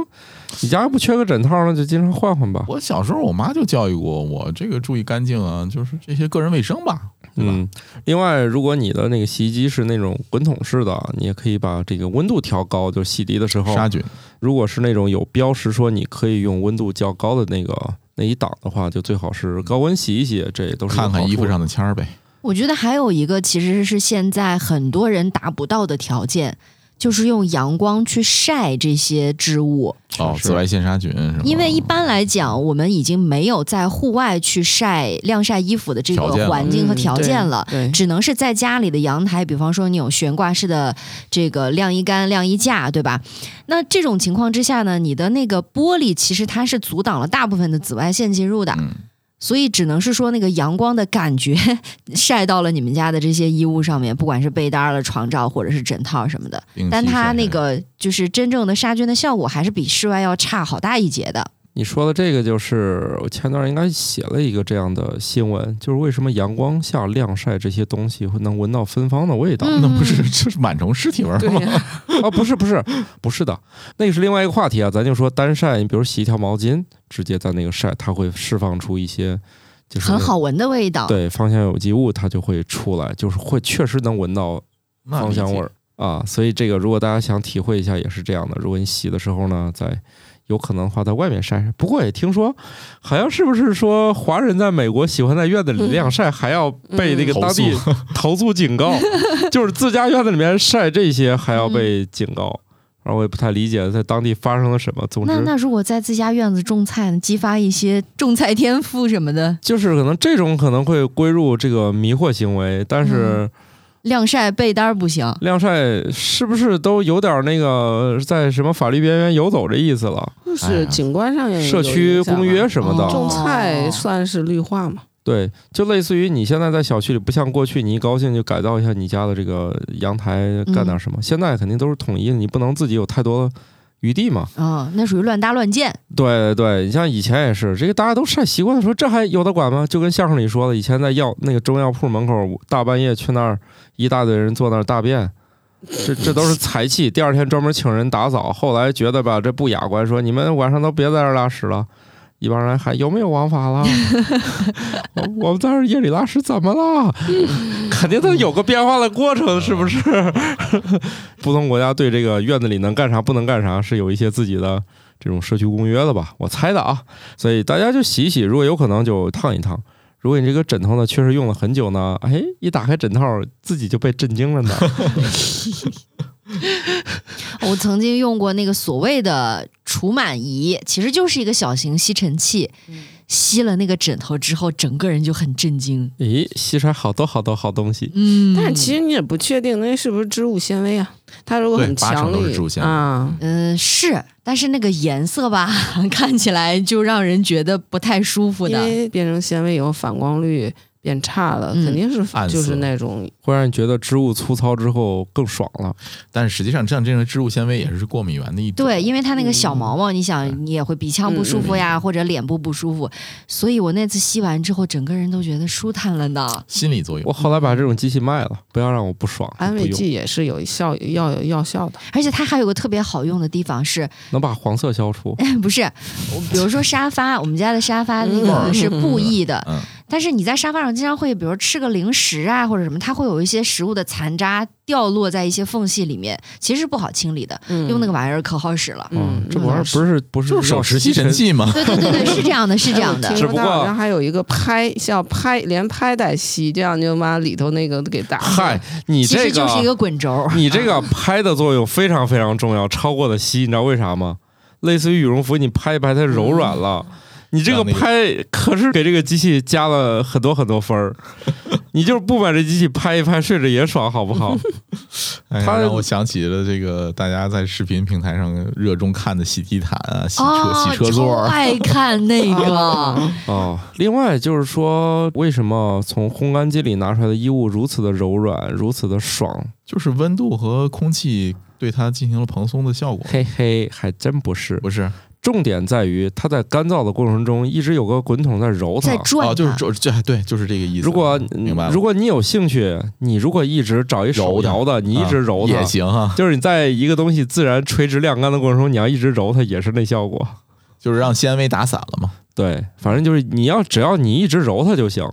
Speaker 1: 你家不缺个枕套，那就经常换换吧。
Speaker 3: 我小时候我妈就教育过我，这个注意干净啊，就是这些个人卫生吧。对吧
Speaker 1: 嗯，另外，如果你的那个洗衣机是那种滚筒式的，你也可以把这个温度调高，就洗涤的时候
Speaker 3: 杀菌，
Speaker 1: 如果是那种有标识说你可以用温度较高的那个那一档的话，就最好是高温洗一洗，这也都是有
Speaker 3: 看看
Speaker 1: 好处
Speaker 3: 衣服上的签儿呗。
Speaker 2: 我觉得还有一个其实是现在很多人达不到的条件，就是用阳光去晒这些织物。
Speaker 3: 哦，
Speaker 1: 是
Speaker 3: 紫外线杀菌是吗？
Speaker 2: 因为一般来讲，我们已经没有在户外去晒晾晒衣服的这
Speaker 3: 条件
Speaker 2: 个
Speaker 3: 了
Speaker 2: 环境和条件了。
Speaker 4: 对，
Speaker 2: 只能是在家里的阳台，比方说你有悬挂式的这个晾衣杆、晾衣架，对吧？那这种情况之下呢，你的那个玻璃其实它是阻挡了大部分的紫外线进入的，
Speaker 3: 嗯，
Speaker 2: 所以只能是说那个阳光的感觉 [laughs] 晒到了你们家的这些衣物上面，不管是被单儿了、床罩或者是枕套什么的。
Speaker 3: 定期
Speaker 2: 但它
Speaker 3: 晒
Speaker 2: 那
Speaker 3: 晒
Speaker 2: 个就是真正的杀菌的效果，还是比室外要差好大一截的。
Speaker 1: 你说的这个就是我前段应该写了一个这样的新闻，就是为什么阳光下晾晒这些东西会能闻到芬芳的味道、
Speaker 2: 嗯
Speaker 3: 那 [laughs] 不是这是螨虫尸体味儿
Speaker 4: 对
Speaker 3: 吗？
Speaker 4: 呀
Speaker 1: 啊？不是不是不是的，那个是另外一个话题啊。咱就说单晒，你比如洗一条毛巾，直接在那个晒，它会释放出一些就是
Speaker 2: 很好闻的味道。
Speaker 1: 对芳香有机物，它就会出来，就是会确实能闻到
Speaker 3: [laughs] 那
Speaker 1: 芳
Speaker 3: 理
Speaker 1: 香味
Speaker 3: 解
Speaker 1: 儿啊。所以这个如果大家想体会一下，也是这样的。如果你洗的时候呢，在有可能的话，在外面晒晒。不过也听说，好像是不是说华人在美国喜欢在院子里晾晒，还要被那个
Speaker 3: 嗯
Speaker 1: 当地 [laughs] 投诉警
Speaker 3: [laughs]
Speaker 1: 告，就是自家院子里面晒这些还
Speaker 3: 嗯
Speaker 1: 要被警告。然后我也不太理解在当地发生了什么。总之
Speaker 2: 那，那如果在自家院子种菜呢，激发一些种菜天赋什么的，
Speaker 1: 就是可能这种可能会归入这个迷惑行为，但是。
Speaker 3: 嗯
Speaker 2: 晾晒被单儿不行。
Speaker 1: 晾晒是不是都有点那个在什么法律边缘游走这意思了？
Speaker 4: 就
Speaker 3: 哎呀
Speaker 4: 是景观上也嗯有
Speaker 1: 社区
Speaker 4: 影响啊
Speaker 1: 公
Speaker 4: 嗯
Speaker 1: 约什么的，
Speaker 4: 嘛种
Speaker 2: 哦
Speaker 4: 菜算是绿化嘛？
Speaker 1: 对，就类似于你现在在小区里，不像过去你一高兴就改造一下你家的这个阳台，干
Speaker 4: 嗯
Speaker 1: 点什么。现在肯定都是统一的，你不能自己有太多余地嘛。
Speaker 2: 啊、那属于乱搭乱建。
Speaker 1: 对对对，你像以前也是，这个大家都晒习惯了，说这还有的管吗？就跟相声里说的，以前在药那个中药铺门口，大半夜去那儿一大堆人坐那儿大便，这这都是财气。第二天专门请人打扫，后来觉得吧这不雅观，说你们晚上都别在这儿拉屎了。一帮人喊有没有王法了？我我们在这儿夜里拉屎怎么了？肯定它有个变化的过程，是不是？ [laughs] 不同国家对这个院子里能干啥不能干啥是有一些自己的这种社区公约的吧？我猜的啊，所以大家就洗一洗，如果有可能就烫一烫。如果你这个枕头呢，确实用了很久呢，哎，一打开枕套，自己就被震惊了呢。
Speaker 2: [laughs] 我曾经用过那个所谓的除螨仪，其实就是一个小型吸尘器。吸了那个枕头之后，整个人就很震惊。
Speaker 1: 咦，吸出来好多好多好东西。
Speaker 2: 嗯，
Speaker 4: 但是其实你也不确定那是不是植物纤维啊？它如果
Speaker 3: 对
Speaker 4: 很
Speaker 3: 八
Speaker 4: 强
Speaker 3: 成都是
Speaker 4: 力
Speaker 3: 植物纤维
Speaker 4: 啊，
Speaker 2: 嗯、是，但是那个颜色吧， [laughs] 看起来就让人觉得不太舒服
Speaker 4: 因
Speaker 2: 的。
Speaker 4: 为变成纤维以后反光率变差了，
Speaker 2: 嗯
Speaker 4: 肯定是
Speaker 3: 暗
Speaker 4: 就
Speaker 3: 色
Speaker 4: 是那种
Speaker 1: 会让你觉得织物粗糙之后更爽了。
Speaker 3: 但是实际上，像这种植物纤维也是过敏源的一种。
Speaker 2: 对，因为它那个小毛毛，你想你也会鼻腔不舒服呀，或者脸部不舒服，所以我那次吸完之后，整个人都觉得舒坦了呢。
Speaker 3: 心理作用。
Speaker 1: 我后来把这种机器卖了，不要让我不爽。
Speaker 4: 安
Speaker 1: 不
Speaker 4: 慰
Speaker 1: 用
Speaker 4: 剂也是有效要有药效的。
Speaker 2: 而且它还有个特别好用的地方是， [laughs]
Speaker 1: 能把黄色消除。
Speaker 2: 不是，我比如说沙发，我们家的沙发那个
Speaker 3: 嗯
Speaker 2: 是布艺的，
Speaker 3: 嗯
Speaker 2: 但是你在沙发上经常会，比如吃个零食啊或者什么，它会有一些食物的残渣掉落在一些缝隙里面，其实是不好清理的。
Speaker 4: 嗯
Speaker 2: 用那个玩意儿可好使了。
Speaker 1: 嗯
Speaker 4: 嗯，
Speaker 1: 这玩意儿
Speaker 4: 那
Speaker 1: 不是不是
Speaker 3: 就是手持吸尘，
Speaker 1: [laughs]
Speaker 3: 器嘛，
Speaker 2: 对对对对，是这样的，是这样的
Speaker 3: [laughs]
Speaker 4: 哎我。
Speaker 1: 只
Speaker 4: 听
Speaker 1: 不
Speaker 4: 说
Speaker 1: 过
Speaker 4: 它好像还有一个拍，叫拍，连拍带吸，这样就把里头那个给打。
Speaker 1: 嗨，，你
Speaker 2: 其
Speaker 1: 这
Speaker 2: 实就是一
Speaker 1: 个 [laughs]
Speaker 2: 个滚轴。
Speaker 1: 你这个拍的作用非常非常重要，超过了吸，你知道为啥吗？类似于羽绒服，你拍一拍它柔软了。你嗯这个
Speaker 3: 让那个
Speaker 1: 拍可是给这个机器加了很多很多分 [laughs] 儿，你就是不把这机器拍一拍，睡着也爽，好不 [laughs] 好？
Speaker 3: 哎呀
Speaker 1: 他
Speaker 3: 让我想起了这个大家在视频平台上热衷看的洗地毯啊、洗
Speaker 2: 哦
Speaker 3: 车、洗车座
Speaker 2: 超
Speaker 3: 儿，啊
Speaker 2: 爱看那
Speaker 3: [laughs]
Speaker 2: 个，
Speaker 4: 啊
Speaker 1: 哦，另外就是说，为什么从烘干机里拿出来的衣物如此的柔软，如此的爽？
Speaker 3: 就是温度和空气对它进行了蓬松的效果。
Speaker 1: 嘿嘿，还真不是。
Speaker 3: 不是
Speaker 1: 重点在于它在干燥的过程中，一直有个滚筒在揉它
Speaker 2: 在。转它、
Speaker 3: 哦，就是这这对，就是这个意思。
Speaker 1: 如果嗯
Speaker 3: 明白了
Speaker 1: 如果你有兴趣，你如果一直找一手
Speaker 3: 揉它
Speaker 1: 摇的，你一直揉
Speaker 3: 啊
Speaker 1: 它
Speaker 3: 也，行啊，
Speaker 1: 就是你在一个东西自然垂直晾干的过程中，你要一直揉它，也是那效果。
Speaker 3: 就是让纤维打散了嘛。
Speaker 1: 对，反正就是你要只要你一直揉它就行。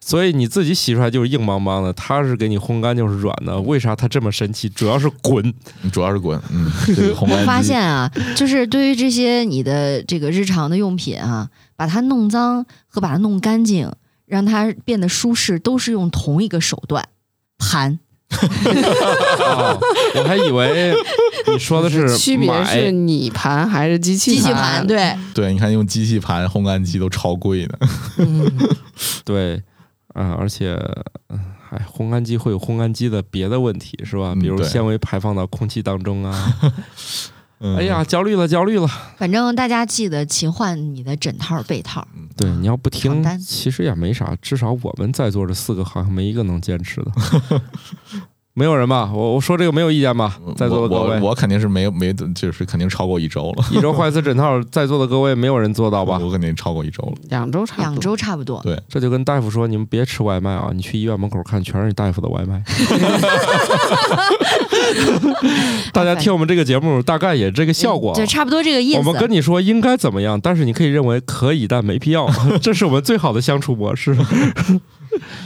Speaker 1: 所以你自己洗出来就是硬邦邦的，它是给你烘干就是软的。为啥它这么神奇？主要是
Speaker 3: [laughs]
Speaker 1: 滚。
Speaker 3: 主要是滚，
Speaker 2: [laughs]
Speaker 3: 嗯，这个烘干
Speaker 2: 我
Speaker 3: 机
Speaker 2: 发现
Speaker 1: 哎
Speaker 2: 啊，就是对于这些你的这个日常的用品啊，把它弄脏和把它弄干净，让它变得舒适，都是用同一个手段盘。
Speaker 1: 哦我还以为你说的是
Speaker 4: 区别 [laughs] 是
Speaker 1: 买，
Speaker 4: 你盘还是机器
Speaker 2: 机器盘，对，
Speaker 3: 对，你看用机器盘、烘干机都超贵呢。
Speaker 4: 嗯
Speaker 1: 对，啊、而且，嗯哎，烘干机会有烘干机的别的问题是吧？
Speaker 3: 嗯
Speaker 1: 比如
Speaker 3: 对
Speaker 1: 纤维排放到空气当中啊。
Speaker 3: 嗯
Speaker 1: 哎呀，，焦虑了，焦虑了。
Speaker 2: 反正大家记得勤换你的枕套、被套。
Speaker 1: 对，你要不听
Speaker 2: 床，单
Speaker 1: 其实也没啥，至少我们在座这四个好像没一个能坚持的。 [laughs] 没有人吧？我我说这个没有意见吧？在座的各
Speaker 3: 嗯我我
Speaker 1: 位，
Speaker 3: 我肯定是没有没，就是肯定超过一周了。
Speaker 1: 一周换一次枕套，在座的各位没有人做到
Speaker 3: [laughs]
Speaker 1: 吧？
Speaker 3: 我肯定超过一周了。
Speaker 4: 两周差不多
Speaker 2: 两周差不多。
Speaker 1: 这就跟大夫说，你们别吃外卖啊！你去医院门口看，全是大夫的外 [laughs] 卖。大家听我们这个节目，大概也这个效果啊
Speaker 2: 嗯。对，差不多这个意思。
Speaker 1: 我们跟你说应该怎么样，但是你可以认为可以，但没必 [laughs] 要。这是我们最好的相处模式。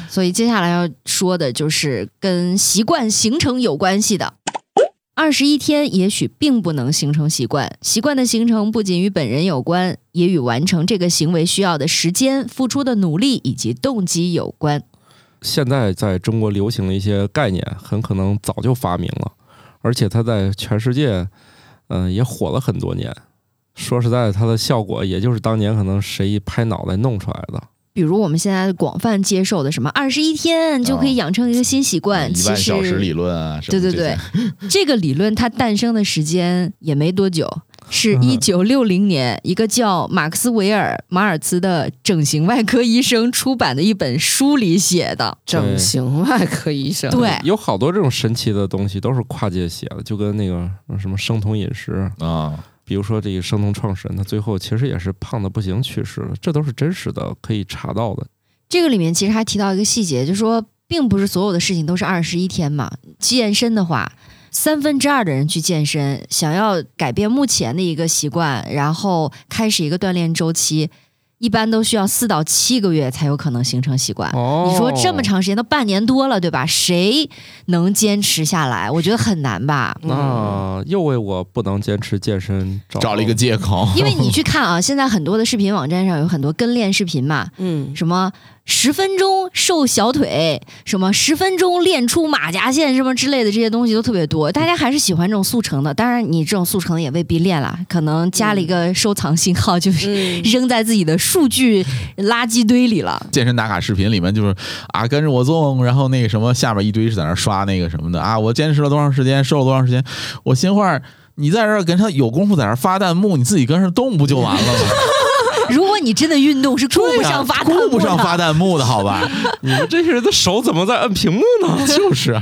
Speaker 2: 所以接下来要说的就是跟习惯形成有关系的。二十一天也许并不能形成习惯，习惯的形成不仅与本人有关，也与完成这个行为需要的时间、付出的努力以及动机有关。
Speaker 1: 现在在中国流行的一些概念，很可能早就发明了，而且它在全世界，嗯、也火了很多年。说实在，它的效果也就是当年可能谁一拍脑袋弄出来的。
Speaker 2: 比如我们现在广泛接受的什么二十一天就可以养成一个新习惯，
Speaker 3: 哦啊一
Speaker 2: 其
Speaker 3: 万小时
Speaker 2: 实
Speaker 3: 理论啊，什
Speaker 2: 对
Speaker 3: 么
Speaker 2: 对
Speaker 3: 这些
Speaker 2: 对，这个理论它诞生的时间也没多久，是一九六零年，一个叫马克斯韦尔马尔茨的整形外科医生出版的一本书里写的。
Speaker 4: 整形外科医生，
Speaker 2: 对，
Speaker 1: 哎有好多这种神奇的东西都是跨界写的，就跟那个呃什么生酮饮食，
Speaker 3: 啊，
Speaker 1: 比如说这个生酮创始人，他最后其实也是胖的不行去世了，这都是真实的，可以查到的。
Speaker 2: 这个里面其实还提到一个细节，就说并不是所有的事情都是二十一天嘛。健身的话，三分之二的人去健身，想要改变目前的一个习惯，然后开始一个锻炼周期，一般都需要四到七个月才有可能形成习惯。
Speaker 1: 哦
Speaker 2: 啊你说这么，长时间都半年多了，对吧？谁能坚持下来？我觉得很难
Speaker 3: [laughs]
Speaker 2: 吧。
Speaker 1: 哦
Speaker 4: 嗯
Speaker 3: 哦
Speaker 1: 那又为我不能坚持健身找
Speaker 3: 找了一个借口。
Speaker 2: 因为你去看啊，现在很多的视频网站上有很多跟练视频嘛，
Speaker 4: 嗯，
Speaker 2: 什么十分钟瘦小腿，什么十分钟练出马甲线，什么之类的这些东西都特别多。大家还是喜欢这种速成的，当然你这种速成的也未必练啦，可能加了一个收藏信号，就是
Speaker 4: 嗯
Speaker 2: 扔在自己的数据垃圾堆里了。
Speaker 3: 健身打卡视频里面就是啊，跟着我动，然后那个什么下边一堆是在那儿刷那个什么的啊，我坚持了多长时间，瘦了多长时间，我心话儿，你在这儿跟他有功夫在那儿发弹幕，你自己跟上动不就完了吗？
Speaker 2: 如果你真的运动是顾不
Speaker 3: 对呀
Speaker 2: 上发弹幕的，
Speaker 3: 顾 [laughs] 不上发弹啊幕的好吧？
Speaker 1: 你们这些人的手怎么在摁屏幕呢？
Speaker 3: [laughs] 就是，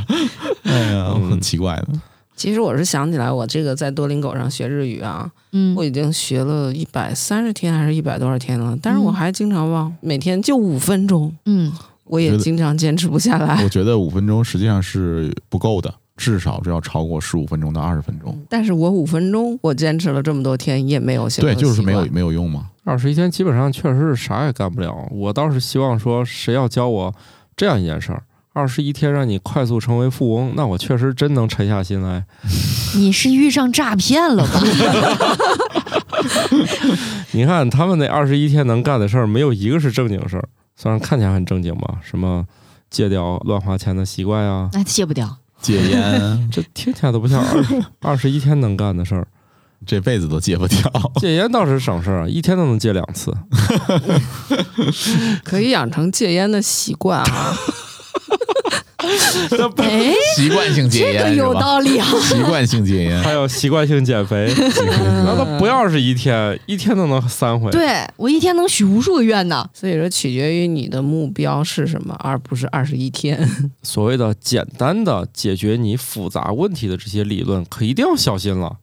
Speaker 3: 哎呀，
Speaker 1: 嗯
Speaker 3: 很奇怪的。
Speaker 4: 其实我是想起来，我这个在多林狗上学日语啊，
Speaker 2: 嗯
Speaker 4: 我已经学了一百三十天还是一百多少天了，但是我
Speaker 2: 嗯
Speaker 4: 还经常忘，每天就五分钟，
Speaker 2: 嗯，
Speaker 4: 我也
Speaker 3: 觉得
Speaker 4: 经常坚持不下来
Speaker 3: 我。觉得五分钟实际上是不够的，至少是要超过十五分钟到二十分钟。
Speaker 4: 但是我五分钟，我坚持了这么多天也没有形成
Speaker 3: 对，就是没有
Speaker 4: 习惯
Speaker 3: 没有用嘛。
Speaker 1: 二十一天基本上确实是啥也干不了。我倒是希望说，谁要教我这样一件事儿，二十一天让你快速成为富翁，那我确实真能沉下心来。
Speaker 2: 你是遇上诈骗了吧？
Speaker 1: 你看他们那二十一天能干的事儿，没有一个是正经事儿，虽然看起来很正经吧，什么戒掉乱花钱的习惯呀、
Speaker 2: [laughs] 那戒不掉。
Speaker 3: 戒烟
Speaker 1: 这听起来都不像二二十一天能干的事儿。
Speaker 3: 这辈子都戒不掉。
Speaker 1: 戒烟倒是省事儿，一天都能戒两次。
Speaker 4: 可以养成戒烟的习惯啊。 [laughs]
Speaker 2: 哎，
Speaker 3: [laughs] 习惯性戒
Speaker 2: 这
Speaker 3: [laughs]
Speaker 2: 个
Speaker 3: 烟是
Speaker 2: 有
Speaker 3: 吧？
Speaker 2: 道理啊。
Speaker 3: [laughs] 习惯性戒烟，
Speaker 1: 还有习惯性减肥，那都不要是一天，一天都能三回。
Speaker 2: 对我一天能许无数个愿呢。
Speaker 4: 所以说，取决于你的目标是什么，而不是二十一天。
Speaker 1: 所谓的简单的解决你复杂问题的这些理论，可一定要小心了，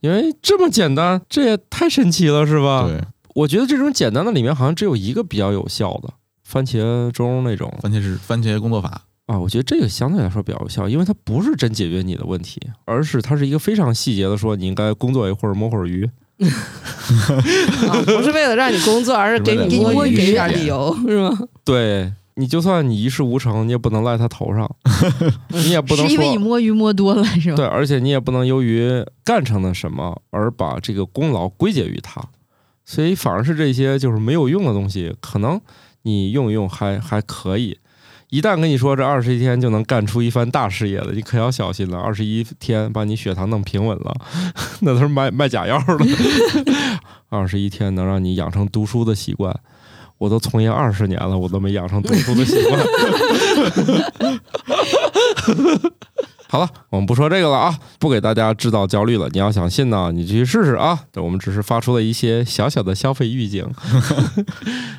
Speaker 1: 因为这么简单，这也太神奇了，是吧？
Speaker 3: 对，
Speaker 1: 我觉得这种简单的里面好像只有一个比较有效的，番茄钟那种
Speaker 3: 番茄是番茄工作法，
Speaker 1: 啊，我觉得这个相对来说比较有效，因为它不是真解决你的问题，而是它是一个非常细节的说你应该工作一会儿摸会儿
Speaker 2: [laughs]
Speaker 1: 鱼。
Speaker 4: 啊，不是为了让你工作，而是给
Speaker 3: 给
Speaker 4: 你
Speaker 3: 你
Speaker 4: 摸
Speaker 3: 摸
Speaker 4: 鱼
Speaker 3: 鱼
Speaker 4: 一点理由，是吗？
Speaker 1: 对你就算你一事无成，你也不能赖他头
Speaker 2: [laughs]
Speaker 1: 上，你也不能
Speaker 2: 是因为你
Speaker 1: 说。
Speaker 2: 摸鱼摸多了是吧？
Speaker 1: 对，而且你也不能由于干成了什么而把这个功劳归结于他，所以反而是这些就是没有用的东西，可能你用一用还还可以。一旦跟你说这二十一天就能干出一番大事业的，你可要小心了。二十一天把你血糖弄平稳了， [laughs] 那都是卖卖假药了。 [laughs] 二十一天能让你养成读书的习惯，我都从业二十年了，我都没养成读书的习惯。好了，我们不说这个了啊，不给大家制造焦虑了。你要想信呢，你去试试啊。这我们只是发出了一些小小的消费预
Speaker 2: [laughs]
Speaker 1: 警。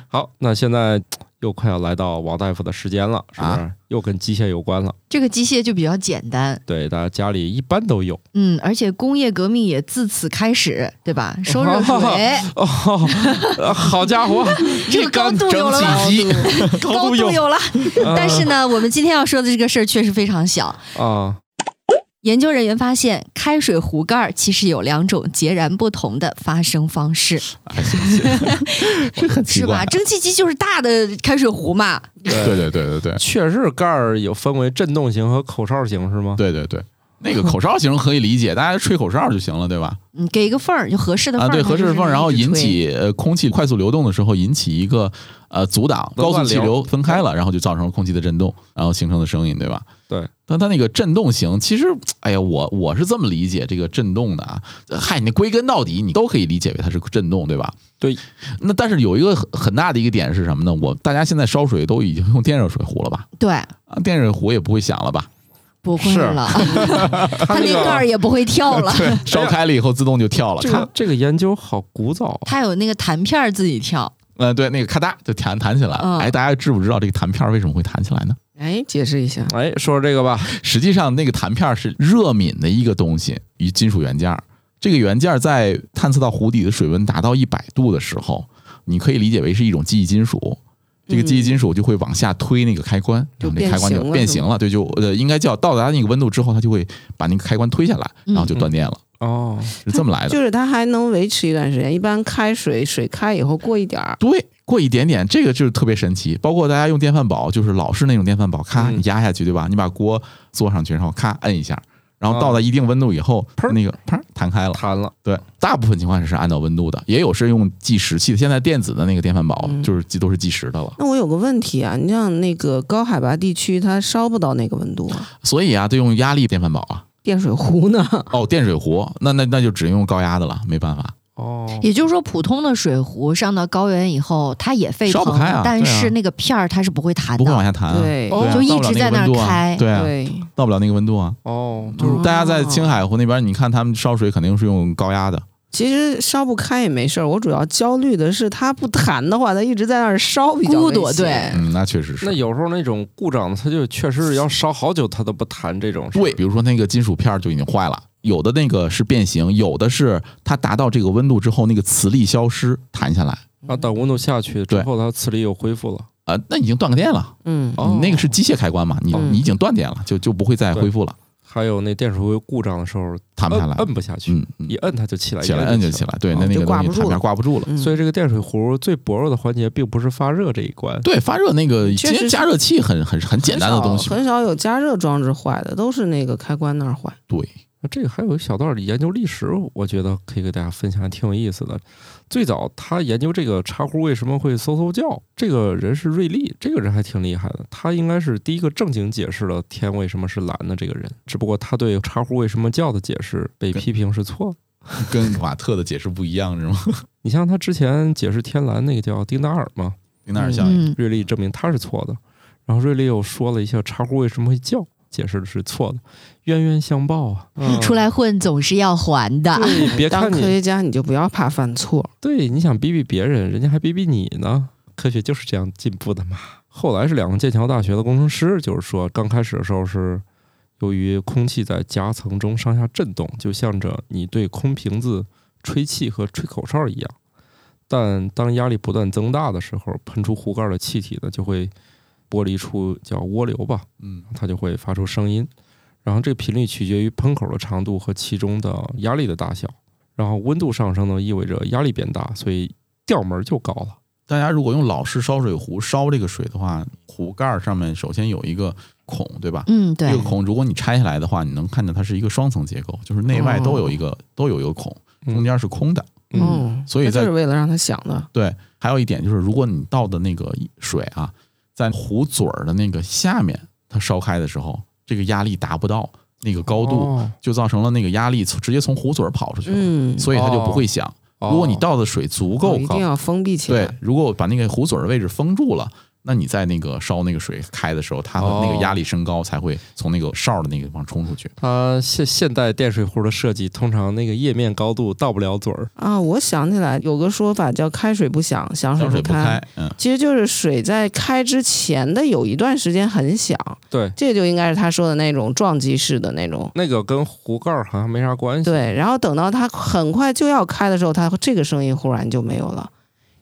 Speaker 1: 好，那现在又快要来到王大夫的时间了，是不
Speaker 2: 啊
Speaker 1: 是？又跟机械有关了。
Speaker 2: 这个机械就比较简单，
Speaker 1: 对，大家家里一般都有。
Speaker 2: [laughs] 嗯，而且工业革命也自此开始，对吧？收热水，
Speaker 1: 哦，好家伙，
Speaker 2: 这个高度有了吧？
Speaker 3: 整体
Speaker 2: [laughs]
Speaker 3: 机
Speaker 2: 高度有了，但是呢，我们今天要说的这个事儿确实非常小。
Speaker 1: 啊，
Speaker 2: 研究人员发现，开水壶盖儿其实有两种截然不同的发生方式，
Speaker 3: 这很奇
Speaker 2: [laughs] 是吧？
Speaker 3: 怪。 [laughs]
Speaker 2: 蒸汽机就是大的开水壶嘛，
Speaker 3: 对对
Speaker 1: [laughs]
Speaker 3: 对对对
Speaker 1: 确实盖儿有分为震动型和口哨型，是吗？
Speaker 3: 对对对，那个口哨型可以理解，大家吹口哨就行了，对吧？
Speaker 2: 嗯，给一个缝儿，就合适的缝
Speaker 3: 啊，
Speaker 2: 儿，
Speaker 3: 对，合适的缝，然后
Speaker 2: 它就是
Speaker 3: 引
Speaker 2: 一直吹。
Speaker 3: 起呃空气快速流动的时候，引起一个呃阻挡，
Speaker 1: 能
Speaker 3: 高速
Speaker 1: 乱
Speaker 3: 气
Speaker 1: 流
Speaker 3: 流分开了，然后就造成了空气的震动，然后形成的声音，对吧？
Speaker 1: 对。
Speaker 3: 但它那个震动型，其实，哎呀，我我是这么理解这个震动的啊。呃嗨，你归根到底，你都可以理解为它是震动，对吧？
Speaker 1: 对。
Speaker 3: 那但是有一个很很大的一个点是什么呢？我大家现在烧水都已经用电热水壶了吧？
Speaker 2: 对，
Speaker 3: 啊，电热水壶也不会响了吧？
Speaker 2: 不会
Speaker 1: 是
Speaker 2: [laughs] 了，
Speaker 1: 它
Speaker 2: 它
Speaker 1: 那
Speaker 2: 连盖儿
Speaker 1: 个
Speaker 2: 也不会跳
Speaker 1: [laughs]
Speaker 2: 了，
Speaker 3: 烧开了以后自动就跳了，
Speaker 1: 这
Speaker 3: 咔
Speaker 1: 个，这个研究好古早啊。
Speaker 2: 它有那个弹片儿自己跳。
Speaker 1: 哦
Speaker 3: 呃，对，那个咔嗒就弹弹起来
Speaker 2: 嗯
Speaker 3: 了。哎，大家知不知道这个弹片儿为什么会弹起来呢？
Speaker 4: 哎，解释一下，
Speaker 1: 哎，说说这个吧，
Speaker 3: 实际上，那个弹片儿是热敏的一个东西，一金属元件儿。这个元件儿在探测到湖底的水温达到一百度的时候，你可以理解为是一种记忆金属。这个记忆金属就会往下推那个开关，
Speaker 4: 就
Speaker 3: 然后那个开关就
Speaker 4: 变形了
Speaker 3: 变形了，对，就呃，应该叫到达那个温度之后，它就会把那个开关推下来，
Speaker 2: 嗯
Speaker 3: 然后就断电了，
Speaker 1: 哦，
Speaker 3: 是这么来的。
Speaker 4: 就是它还能维持一段时间。一般开水，水开以后过一点儿，
Speaker 3: 对，过一点点，这个就是特别神奇。包括大家用电饭煲，就是老式那种电饭煲，咔
Speaker 1: 嗯
Speaker 3: 你压下去，对吧？你把锅坐上去，然后咔摁一下，然后
Speaker 1: 啊
Speaker 3: 到了一定温度以后，
Speaker 1: 砰
Speaker 3: 那个砰弹开了。
Speaker 1: 弹了，
Speaker 3: 对，大部分情况是按照温度的，也有是用计时器的。现在电子的那个电饭煲
Speaker 4: 嗯
Speaker 3: 就是计都是计时的了。
Speaker 4: 那我有个问题啊，你像那个高海拔地区，它烧不到那个温度啊，
Speaker 3: 所以啊，得用压力电饭煲啊。
Speaker 4: 电水壶呢？
Speaker 3: 哦，电水壶，那那那就只能用高压的了，没办法。
Speaker 1: 哦，
Speaker 2: 也就是说，普通的水壶上到高原以后，它也沸腾
Speaker 3: 烧不开啊
Speaker 2: 但
Speaker 3: 对啊
Speaker 2: 是那个片儿它是不会弹
Speaker 3: 不会往
Speaker 2: 的。
Speaker 3: 下弹、啊，
Speaker 4: 对
Speaker 3: 对啊
Speaker 2: 就一
Speaker 3: 到不了
Speaker 2: 直在
Speaker 3: 个
Speaker 2: 那儿
Speaker 3: 温度啊
Speaker 2: 开
Speaker 3: 对啊，
Speaker 4: 对，
Speaker 3: 到不了那个温度啊。
Speaker 1: 哦，
Speaker 3: 就是大家在青海湖那边，你看他们烧水肯定是用高压的，
Speaker 4: 其实烧不开也没事儿，我主要焦虑的是它不弹的话，它一直在那儿烧，比较
Speaker 2: 孤
Speaker 4: 危
Speaker 2: 独
Speaker 4: 险
Speaker 2: 对
Speaker 3: 嗯，那确实
Speaker 1: 那
Speaker 3: 是。
Speaker 1: 有时候那种故障，它就确实要烧好久，它都不弹这种事。
Speaker 3: 对，，比如说那个金属片儿就已经坏了，有的那个是变形，有的是它达到这个温度之后，那个磁力消失弹下来，
Speaker 1: 啊，等温度下去之
Speaker 3: 对
Speaker 1: 后，它磁力又恢复了。
Speaker 3: 呃，那已经断个电了。
Speaker 4: 嗯，
Speaker 1: 哦
Speaker 3: 你那个是机械开关嘛，你
Speaker 4: 嗯
Speaker 3: 你已经断电了，就就不会再恢复了，
Speaker 1: 还有那电水壶故障的时候，
Speaker 3: 弹不下来
Speaker 1: 摁，摁不下去，
Speaker 3: 嗯，嗯
Speaker 1: 一摁它就起来，
Speaker 3: 起来
Speaker 1: 一
Speaker 3: 摁就
Speaker 1: 起
Speaker 3: 起来，对，
Speaker 1: 哦
Speaker 3: 那那
Speaker 4: 嗯就
Speaker 3: 个
Speaker 4: 挂
Speaker 3: 东西
Speaker 4: 不住
Speaker 3: 弹片
Speaker 4: 了
Speaker 3: 挂不住了。
Speaker 4: 嗯
Speaker 1: 所以这个电水壶最薄弱的环节，并不是发热这一关。
Speaker 3: 对，发热那个
Speaker 4: 确
Speaker 3: 其
Speaker 4: 实
Speaker 3: 实
Speaker 4: 是
Speaker 3: 加热器很很很简单的东西
Speaker 4: 很，少很少有加热装置坏的，都是那个开关那儿坏。
Speaker 3: 对，
Speaker 1: 这个还有一小段研究历史，我觉得可以给大家分享，还挺有意思的。最早他研究这个茶壶为什么会嗖嗖叫，这个人是瑞利，这个人还挺厉害的，他应该是第一个正经解释了天为什么是蓝的这个人。只不过他对茶壶为什么叫的解释被批评是错的。
Speaker 3: 跟瓦特的解释不一样是吗？ [laughs]
Speaker 1: 你像他之前解释天蓝那个叫丁达尔嘛，
Speaker 3: 丁达尔效应，
Speaker 2: 嗯，
Speaker 1: 瑞丽证明他是错的，然后瑞丽又说了一下茶壶为什么会叫，解释的是错的，冤冤相报啊，嗯
Speaker 2: 出来混总是要还的。
Speaker 1: 对，别
Speaker 4: 当
Speaker 1: 看
Speaker 4: 科
Speaker 1: 你
Speaker 4: 学家，你就不要怕犯错。
Speaker 1: 对，你想逼逼别人，人家还逼逼你呢。科学就是这样进步的嘛。后来是两个剑桥大学的工程师，就是说刚开始的时候是由于空气在夹层中上下震动，就像着你对空瓶子吹气和吹口哨一样。但当压力不断增大的时候，喷出壶盖的气体呢，就会剥离出叫涡流吧，
Speaker 3: 嗯
Speaker 1: 它就会发出声音。然后这个频率取决于喷口的长度和其中的压力的大小。然后温度上升呢，意味着压力变大，所以调门儿就高了。
Speaker 3: 大家如果用老式烧水壶烧这个水的话，壶盖上面首先有一个孔，对吧？
Speaker 2: 嗯，
Speaker 3: 这
Speaker 2: 对
Speaker 3: 个，孔如果你拆下来的话，你能看见它是一个双层结构，就是内外都有一个、
Speaker 4: 哦
Speaker 3: 都有一个孔，
Speaker 1: 嗯
Speaker 3: 中间是空的。
Speaker 1: 嗯，
Speaker 4: 嗯，
Speaker 3: 所以
Speaker 4: 他
Speaker 3: 在
Speaker 4: 就是为了让他想的。
Speaker 3: 对，还有一点就是，如果你倒的那个水啊，在壶嘴儿的那个下面，它烧开的时候，这个压力达不到那个高度，
Speaker 1: 哦
Speaker 3: 就造成了那个压力从直接从壶嘴儿跑出去了，
Speaker 4: 嗯，哦
Speaker 3: 所以它就不
Speaker 1: 哦
Speaker 3: 会响。如果你倒的水足够
Speaker 4: 一
Speaker 3: 高
Speaker 4: 定，要封闭起来
Speaker 3: 对。，如果把那个壶嘴儿的位置封住了。那你在那个烧那个水开的时候，它的那个
Speaker 1: 哦
Speaker 3: 压力升高，才会从那个哨的那个地方冲出去。
Speaker 1: 它现现代电水壶的设计，通常那个液面高度到不了嘴儿。
Speaker 4: 啊，我想起来有个说法叫“开水不响，响水
Speaker 3: 烧水不
Speaker 4: 开”，
Speaker 3: 开，嗯，
Speaker 4: 其实就是水在开之前的有一段时间很响，
Speaker 1: 对，
Speaker 4: 这就应该是他说的那种撞击式的那种。
Speaker 1: 那个跟壶盖儿好像没啥关系。
Speaker 4: 对，然后等到它很快就要开的时候，它这个声音忽然就没有了，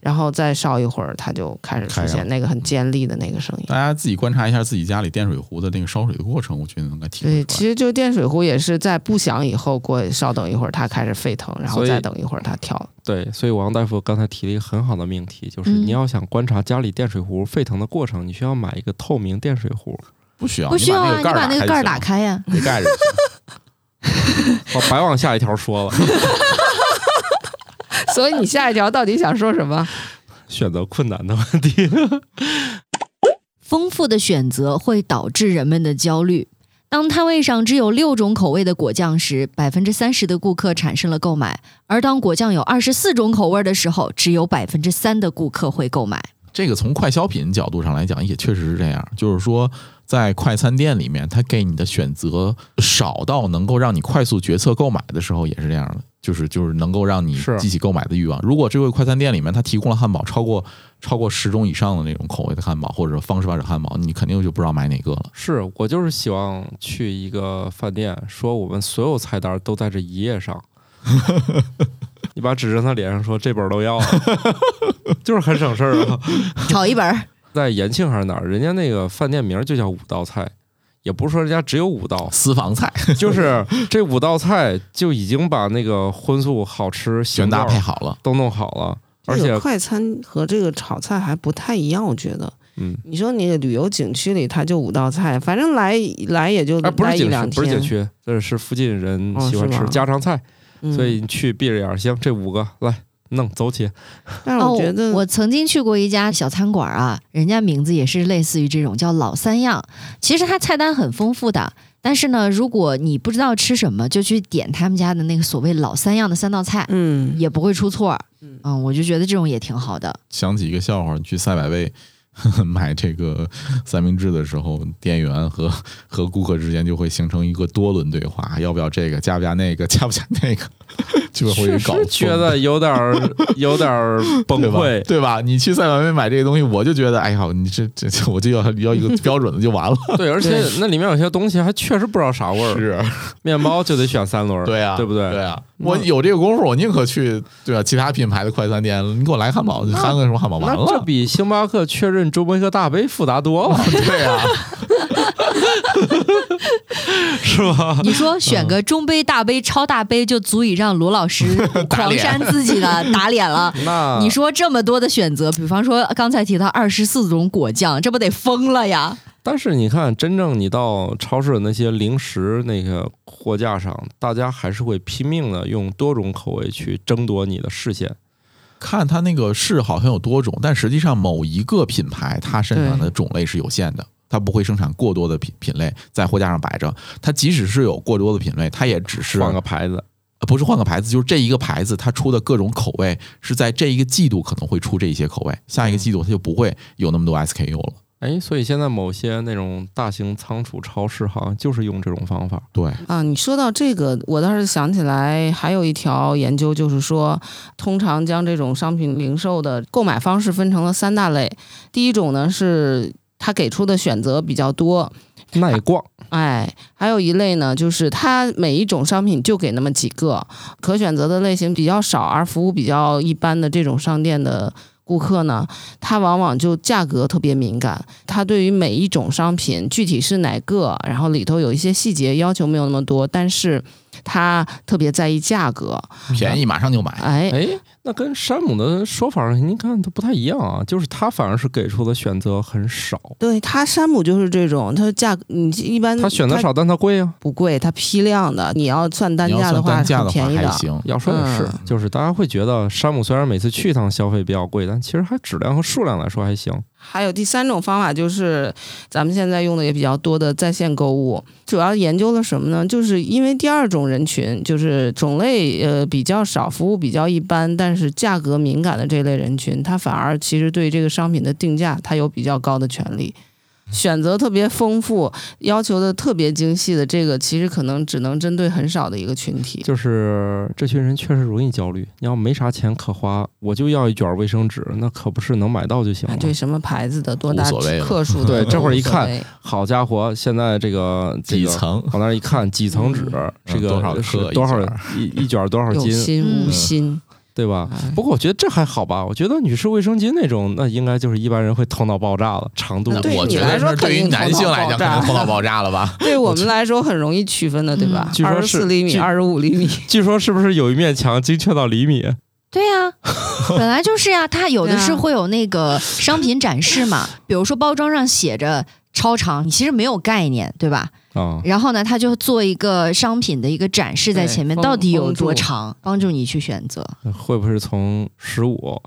Speaker 4: 然后再烧一会儿，它就开始出
Speaker 3: 开了哎
Speaker 4: 现那个很尖利的那个声音
Speaker 3: 大。家自己观察一下自己家里电水壶的那个烧水的过程，我觉得能够体会
Speaker 4: 对，
Speaker 3: 出来。
Speaker 4: 其实就电水壶也是在不响以后过稍等一会儿，它开始沸腾，然后
Speaker 1: 所以
Speaker 4: 再等一会儿它跳了。 [laughs]
Speaker 1: 对，所以王大夫刚才提了一个很好的命题，就是
Speaker 2: 嗯
Speaker 1: 你要想观察家里电水壶沸腾的过程，你需要买一个透明电水壶。
Speaker 3: 不需要，
Speaker 2: 不需要啊，
Speaker 3: 你
Speaker 2: 你
Speaker 3: 把
Speaker 2: 把
Speaker 3: 那
Speaker 2: 那
Speaker 3: 个
Speaker 2: 个
Speaker 3: 盖
Speaker 2: 盖
Speaker 3: 儿
Speaker 2: 儿
Speaker 3: 打
Speaker 2: 打
Speaker 3: 开
Speaker 2: 开呀。
Speaker 3: 就行，给盖着就行。
Speaker 1: [laughs] 我白往下一条说了，
Speaker 4: 所以你下一条到底想说什么？
Speaker 1: [laughs] 选择困难的问题。
Speaker 2: 丰富的选择会导致人们的焦虑。当摊位上只有六种口味的果酱时，百分之三十的顾客产生了购买；而当果酱有二十四种口味的时候，只有百分之三的顾客会购
Speaker 4: [laughs]
Speaker 2: 买。
Speaker 3: 这个从快消品角度上来讲，也确实是这样，就是说，在快餐店里面，它给你的选择少到能够让你快速决策购买的时候，也是这样的，就是就是能够让你
Speaker 1: 是
Speaker 3: 激起购买的欲望。如果这个快餐店里面它提供了汉堡超过超过十种以上的那种口味的汉堡，或者方式法的汉堡，你肯定就不知道买哪个了。，
Speaker 1: [laughs] 是我就是希望去一个饭店，说我们所有菜单都在这一页 [laughs] 上，你把纸扔他脸上说这本儿都 [laughs] 要了，就是很省事儿啊。
Speaker 2: 炒一本儿，
Speaker 1: 在延庆还是哪儿，人家那个饭店名儿就叫五道菜，也不是说人家只有五道 [laughs]
Speaker 3: 私房菜
Speaker 1: 就是这五道菜就已经把那个荤素好吃
Speaker 3: 全
Speaker 1: 全
Speaker 3: 搭配好了，
Speaker 1: 都弄好了，而
Speaker 4: 这
Speaker 1: 且
Speaker 4: 个快餐和这个炒菜还不太一样，我觉得。
Speaker 1: 嗯，
Speaker 4: 你说那个旅游景区里，它就五道菜，反正来来也就
Speaker 1: 哎不
Speaker 4: 来
Speaker 1: 是
Speaker 4: 一
Speaker 1: 景
Speaker 4: 两
Speaker 1: 区，不
Speaker 4: 天，
Speaker 1: 是景区，这是附近人
Speaker 4: 哦
Speaker 1: 喜欢
Speaker 4: 是
Speaker 1: 吃
Speaker 4: 吗
Speaker 1: 家常菜，
Speaker 4: 嗯
Speaker 1: 所以你去闭着眼儿行，这五个来弄走起。
Speaker 4: 但是我觉
Speaker 2: 哦
Speaker 4: 得，
Speaker 2: 我曾经去过一家小餐馆啊，人家名字也是类似于这种叫“老三样”。其实它菜单很丰富的，但是呢，如果你不知道吃什么，就去点他们家的那个所谓“老三样”的三道菜，
Speaker 4: 嗯，
Speaker 2: 也不会出错儿。嗯，我就觉得这种也挺好的。
Speaker 3: 想起一个笑话，你去赛百味 [laughs] 买这个三明治的时候，店员和和顾客之间就会形成一个多轮对话，要不要这个，加不加那个，加不加那个， [laughs] 就会
Speaker 1: 确
Speaker 3: 搞
Speaker 1: 实觉得有点
Speaker 3: [laughs]
Speaker 1: 儿有点儿崩
Speaker 3: 对吧？
Speaker 1: 溃。
Speaker 3: [laughs] 对吧？你去赛百味买这个东西，我就觉得，哎呀，你这这这，我就要要一个标准的就完了。
Speaker 1: 对，而且那里面有些东西还确实不知道啥味儿，
Speaker 3: [laughs] 是，
Speaker 1: 面包就得选三轮儿，
Speaker 3: 对啊，
Speaker 1: 对不对？
Speaker 3: 对啊，我有这个功夫，我宁可去对吧、其他品牌的快餐店，你给我来汉堡，三个什么汉堡完
Speaker 1: 那
Speaker 3: [laughs]
Speaker 1: 这
Speaker 3: 了。
Speaker 1: 比星巴克确认中杯和大杯复杂多
Speaker 3: [laughs]
Speaker 1: 了，
Speaker 3: 对啊，
Speaker 1: 是吧？
Speaker 2: 你说选个中杯、大杯、超大杯就足以让罗老师狂扇自己了、打脸了。
Speaker 1: 那
Speaker 2: 你说这么多的选择，比方说刚才提到二十四种果酱，这不得疯了呀？
Speaker 1: 但是你看，真正你到超市的那些零食那个货架上，大家还是会拼命的用多种口味去争夺你的视线。
Speaker 3: 看它那个是好像有多种，但实际上某一个品牌它生产的种类是有限的，它不会生产过多的品品类在货架上摆着。它即使是有过多的品类，它也只是
Speaker 1: 换个牌子，
Speaker 3: 呃不是换个牌子，就是这一个牌子它出的各种口味是在这一个季度可能会出这一些口味，下一个季度它就不会有那么多 SKU 了。
Speaker 1: 哎，所以现在某些那种大型仓储超市好像就是用这种方法，
Speaker 3: 对，
Speaker 4: 啊，你说到这个，我倒是想起来还有一条研究，就是说，通常将这种商品零售的购买方式分成了三大类。第一种呢是它给出的选择比较多，
Speaker 1: 耐逛。
Speaker 4: 哎，还有一类呢，就是它每一种商品就给那么几个，可选择的类型比较少，而服务比较一般的这种商店的顾客呢，他往往就价格特别敏感，他对于每一种商品具体是哪个，然后里头有一些细节要求没有那么多，但是他特别在意价格。
Speaker 3: 便宜马上就买。
Speaker 4: 哎，
Speaker 1: [laughs] 哎，那跟山姆的说法，您看它不太一样啊，就是他反而是给出的选择很少，
Speaker 4: 对他山姆就是这种，他价格你一般
Speaker 1: 他选择
Speaker 4: 它
Speaker 1: 少，但他贵啊。
Speaker 4: 不贵，他批量的，你要算单
Speaker 3: 你要
Speaker 4: 价的
Speaker 3: 算
Speaker 4: 话
Speaker 3: 单价
Speaker 4: 很
Speaker 3: 的话
Speaker 4: 便宜
Speaker 3: 还
Speaker 4: 的。
Speaker 3: 行，
Speaker 1: 要说也是，
Speaker 4: 嗯
Speaker 1: 就是大家会觉得山姆虽然每次去一趟消费比较贵，但其实还质量和数量来说还行。
Speaker 4: 还有第三种方法就是咱们现在用的也比较多的在线购物，主要研究了什么呢？就是因为第二种人群，就是种类呃比较少，服务比较一般，但是价格敏感的这类人群，他反而其实对这个商品的定价，他有比较高的权利。选择特别丰富，要求的特别精细的这个，其实可能只能针对很少的一个群体。
Speaker 1: 就是这群人确实容易焦虑，你要没啥钱可花，我就要一卷卫生纸，那可不是能买到就行
Speaker 4: 啊
Speaker 1: 了。
Speaker 4: 对什么牌子的、多大
Speaker 3: 无所谓了
Speaker 4: 克数的，
Speaker 1: 对
Speaker 4: 都
Speaker 1: 这会儿
Speaker 4: 无
Speaker 1: 一
Speaker 4: 所
Speaker 1: 看
Speaker 4: 谓
Speaker 1: 好家伙，现在这个这
Speaker 3: 几
Speaker 1: 个
Speaker 3: 层
Speaker 1: 往那儿一看，几层纸，这个
Speaker 3: 嗯多少
Speaker 1: 是
Speaker 3: 克一
Speaker 1: 多少
Speaker 3: 卷
Speaker 1: 一一卷多少
Speaker 4: 有
Speaker 1: 斤，嗯
Speaker 4: 心无
Speaker 2: 嗯
Speaker 4: 心。
Speaker 1: 对吧？
Speaker 4: 哎
Speaker 1: 不过我觉得这还好吧，我觉得女士卫生巾那种，那应该就是一般人会头脑爆炸了，长度
Speaker 3: 那
Speaker 4: 对
Speaker 3: 我
Speaker 4: 你
Speaker 3: 觉
Speaker 4: 来
Speaker 3: 得
Speaker 4: 说
Speaker 3: 是对于
Speaker 4: 肯定
Speaker 3: 男
Speaker 4: 头
Speaker 3: 性
Speaker 4: 脑
Speaker 3: 来
Speaker 4: 爆
Speaker 3: 讲，肯定
Speaker 4: 炸
Speaker 3: 头脑爆炸了 [laughs] 吧？
Speaker 4: 对我们来说很容易区分的，对吧
Speaker 2: 嗯
Speaker 1: 据？
Speaker 4: 二
Speaker 1: 说
Speaker 4: 十
Speaker 1: 是
Speaker 4: 四厘米、
Speaker 1: 据
Speaker 4: 二十五厘米，
Speaker 1: 据说是不是有一面墙精确到厘米？
Speaker 2: 对 [laughs] 呀、本来就是呀、它有的
Speaker 4: 对啊
Speaker 2: 是会有那个商品展示嘛，比如说包装上写着超长，你其实没有概念，对吧？
Speaker 1: 啊，
Speaker 2: 然后呢，它就做一个商品的一个展示在
Speaker 4: 对
Speaker 2: 前面，
Speaker 4: 帮
Speaker 2: 到底有多
Speaker 4: 帮助
Speaker 2: 长，帮助你去选择。
Speaker 1: 会不会是从十五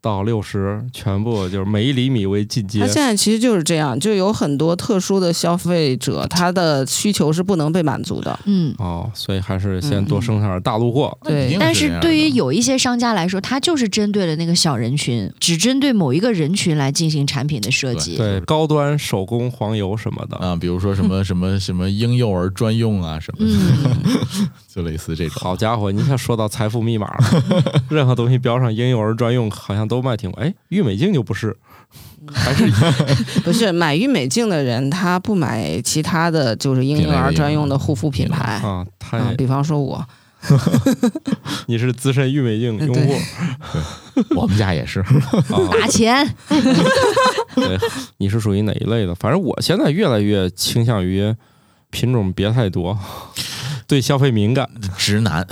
Speaker 1: 到六十，全部就是每一厘米为进阶
Speaker 4: 它？现在其实就是这样，就有很多特殊的消费者，他的需求是不能被满足的。
Speaker 2: 嗯，
Speaker 1: 哦，所以还是
Speaker 4: 嗯
Speaker 1: 先多生产点大陆货。
Speaker 3: 肯定
Speaker 4: 对，
Speaker 2: 但
Speaker 3: 是这
Speaker 2: 是
Speaker 3: 样
Speaker 2: 对于
Speaker 3: 的
Speaker 2: 有一些商家来说，它就是针对了那个小人群，只针对某一个人群来进行产品的设计。
Speaker 1: 对高端手工黄油什么的，
Speaker 3: 啊，比如说什么什么什么婴幼儿专用啊，什么
Speaker 2: 嗯，
Speaker 3: 就类似这
Speaker 1: [laughs]
Speaker 3: 种。
Speaker 1: 好家伙，你看说到财富密码了，任何东西标上婴幼儿专用，好像都卖挺贵。哎，郁美净就不是，还是
Speaker 4: 不是买郁美净的人，他不买其他的就是婴
Speaker 3: 品
Speaker 4: 幼
Speaker 3: 类的
Speaker 4: 儿
Speaker 3: 婴
Speaker 4: 专
Speaker 3: 儿
Speaker 4: 用的护肤品牌
Speaker 1: 啊，
Speaker 4: 啊
Speaker 1: 太，
Speaker 4: 比方说我，
Speaker 1: 你是资深郁美净用户
Speaker 4: 对
Speaker 3: 我们家也 [laughs] 是，
Speaker 2: 打
Speaker 1: 啊，
Speaker 2: 钱，
Speaker 1: 对，你是属于哪一类的？反正我现在越来越倾向于品种别太多， [laughs] 对消费敏感。
Speaker 3: 直男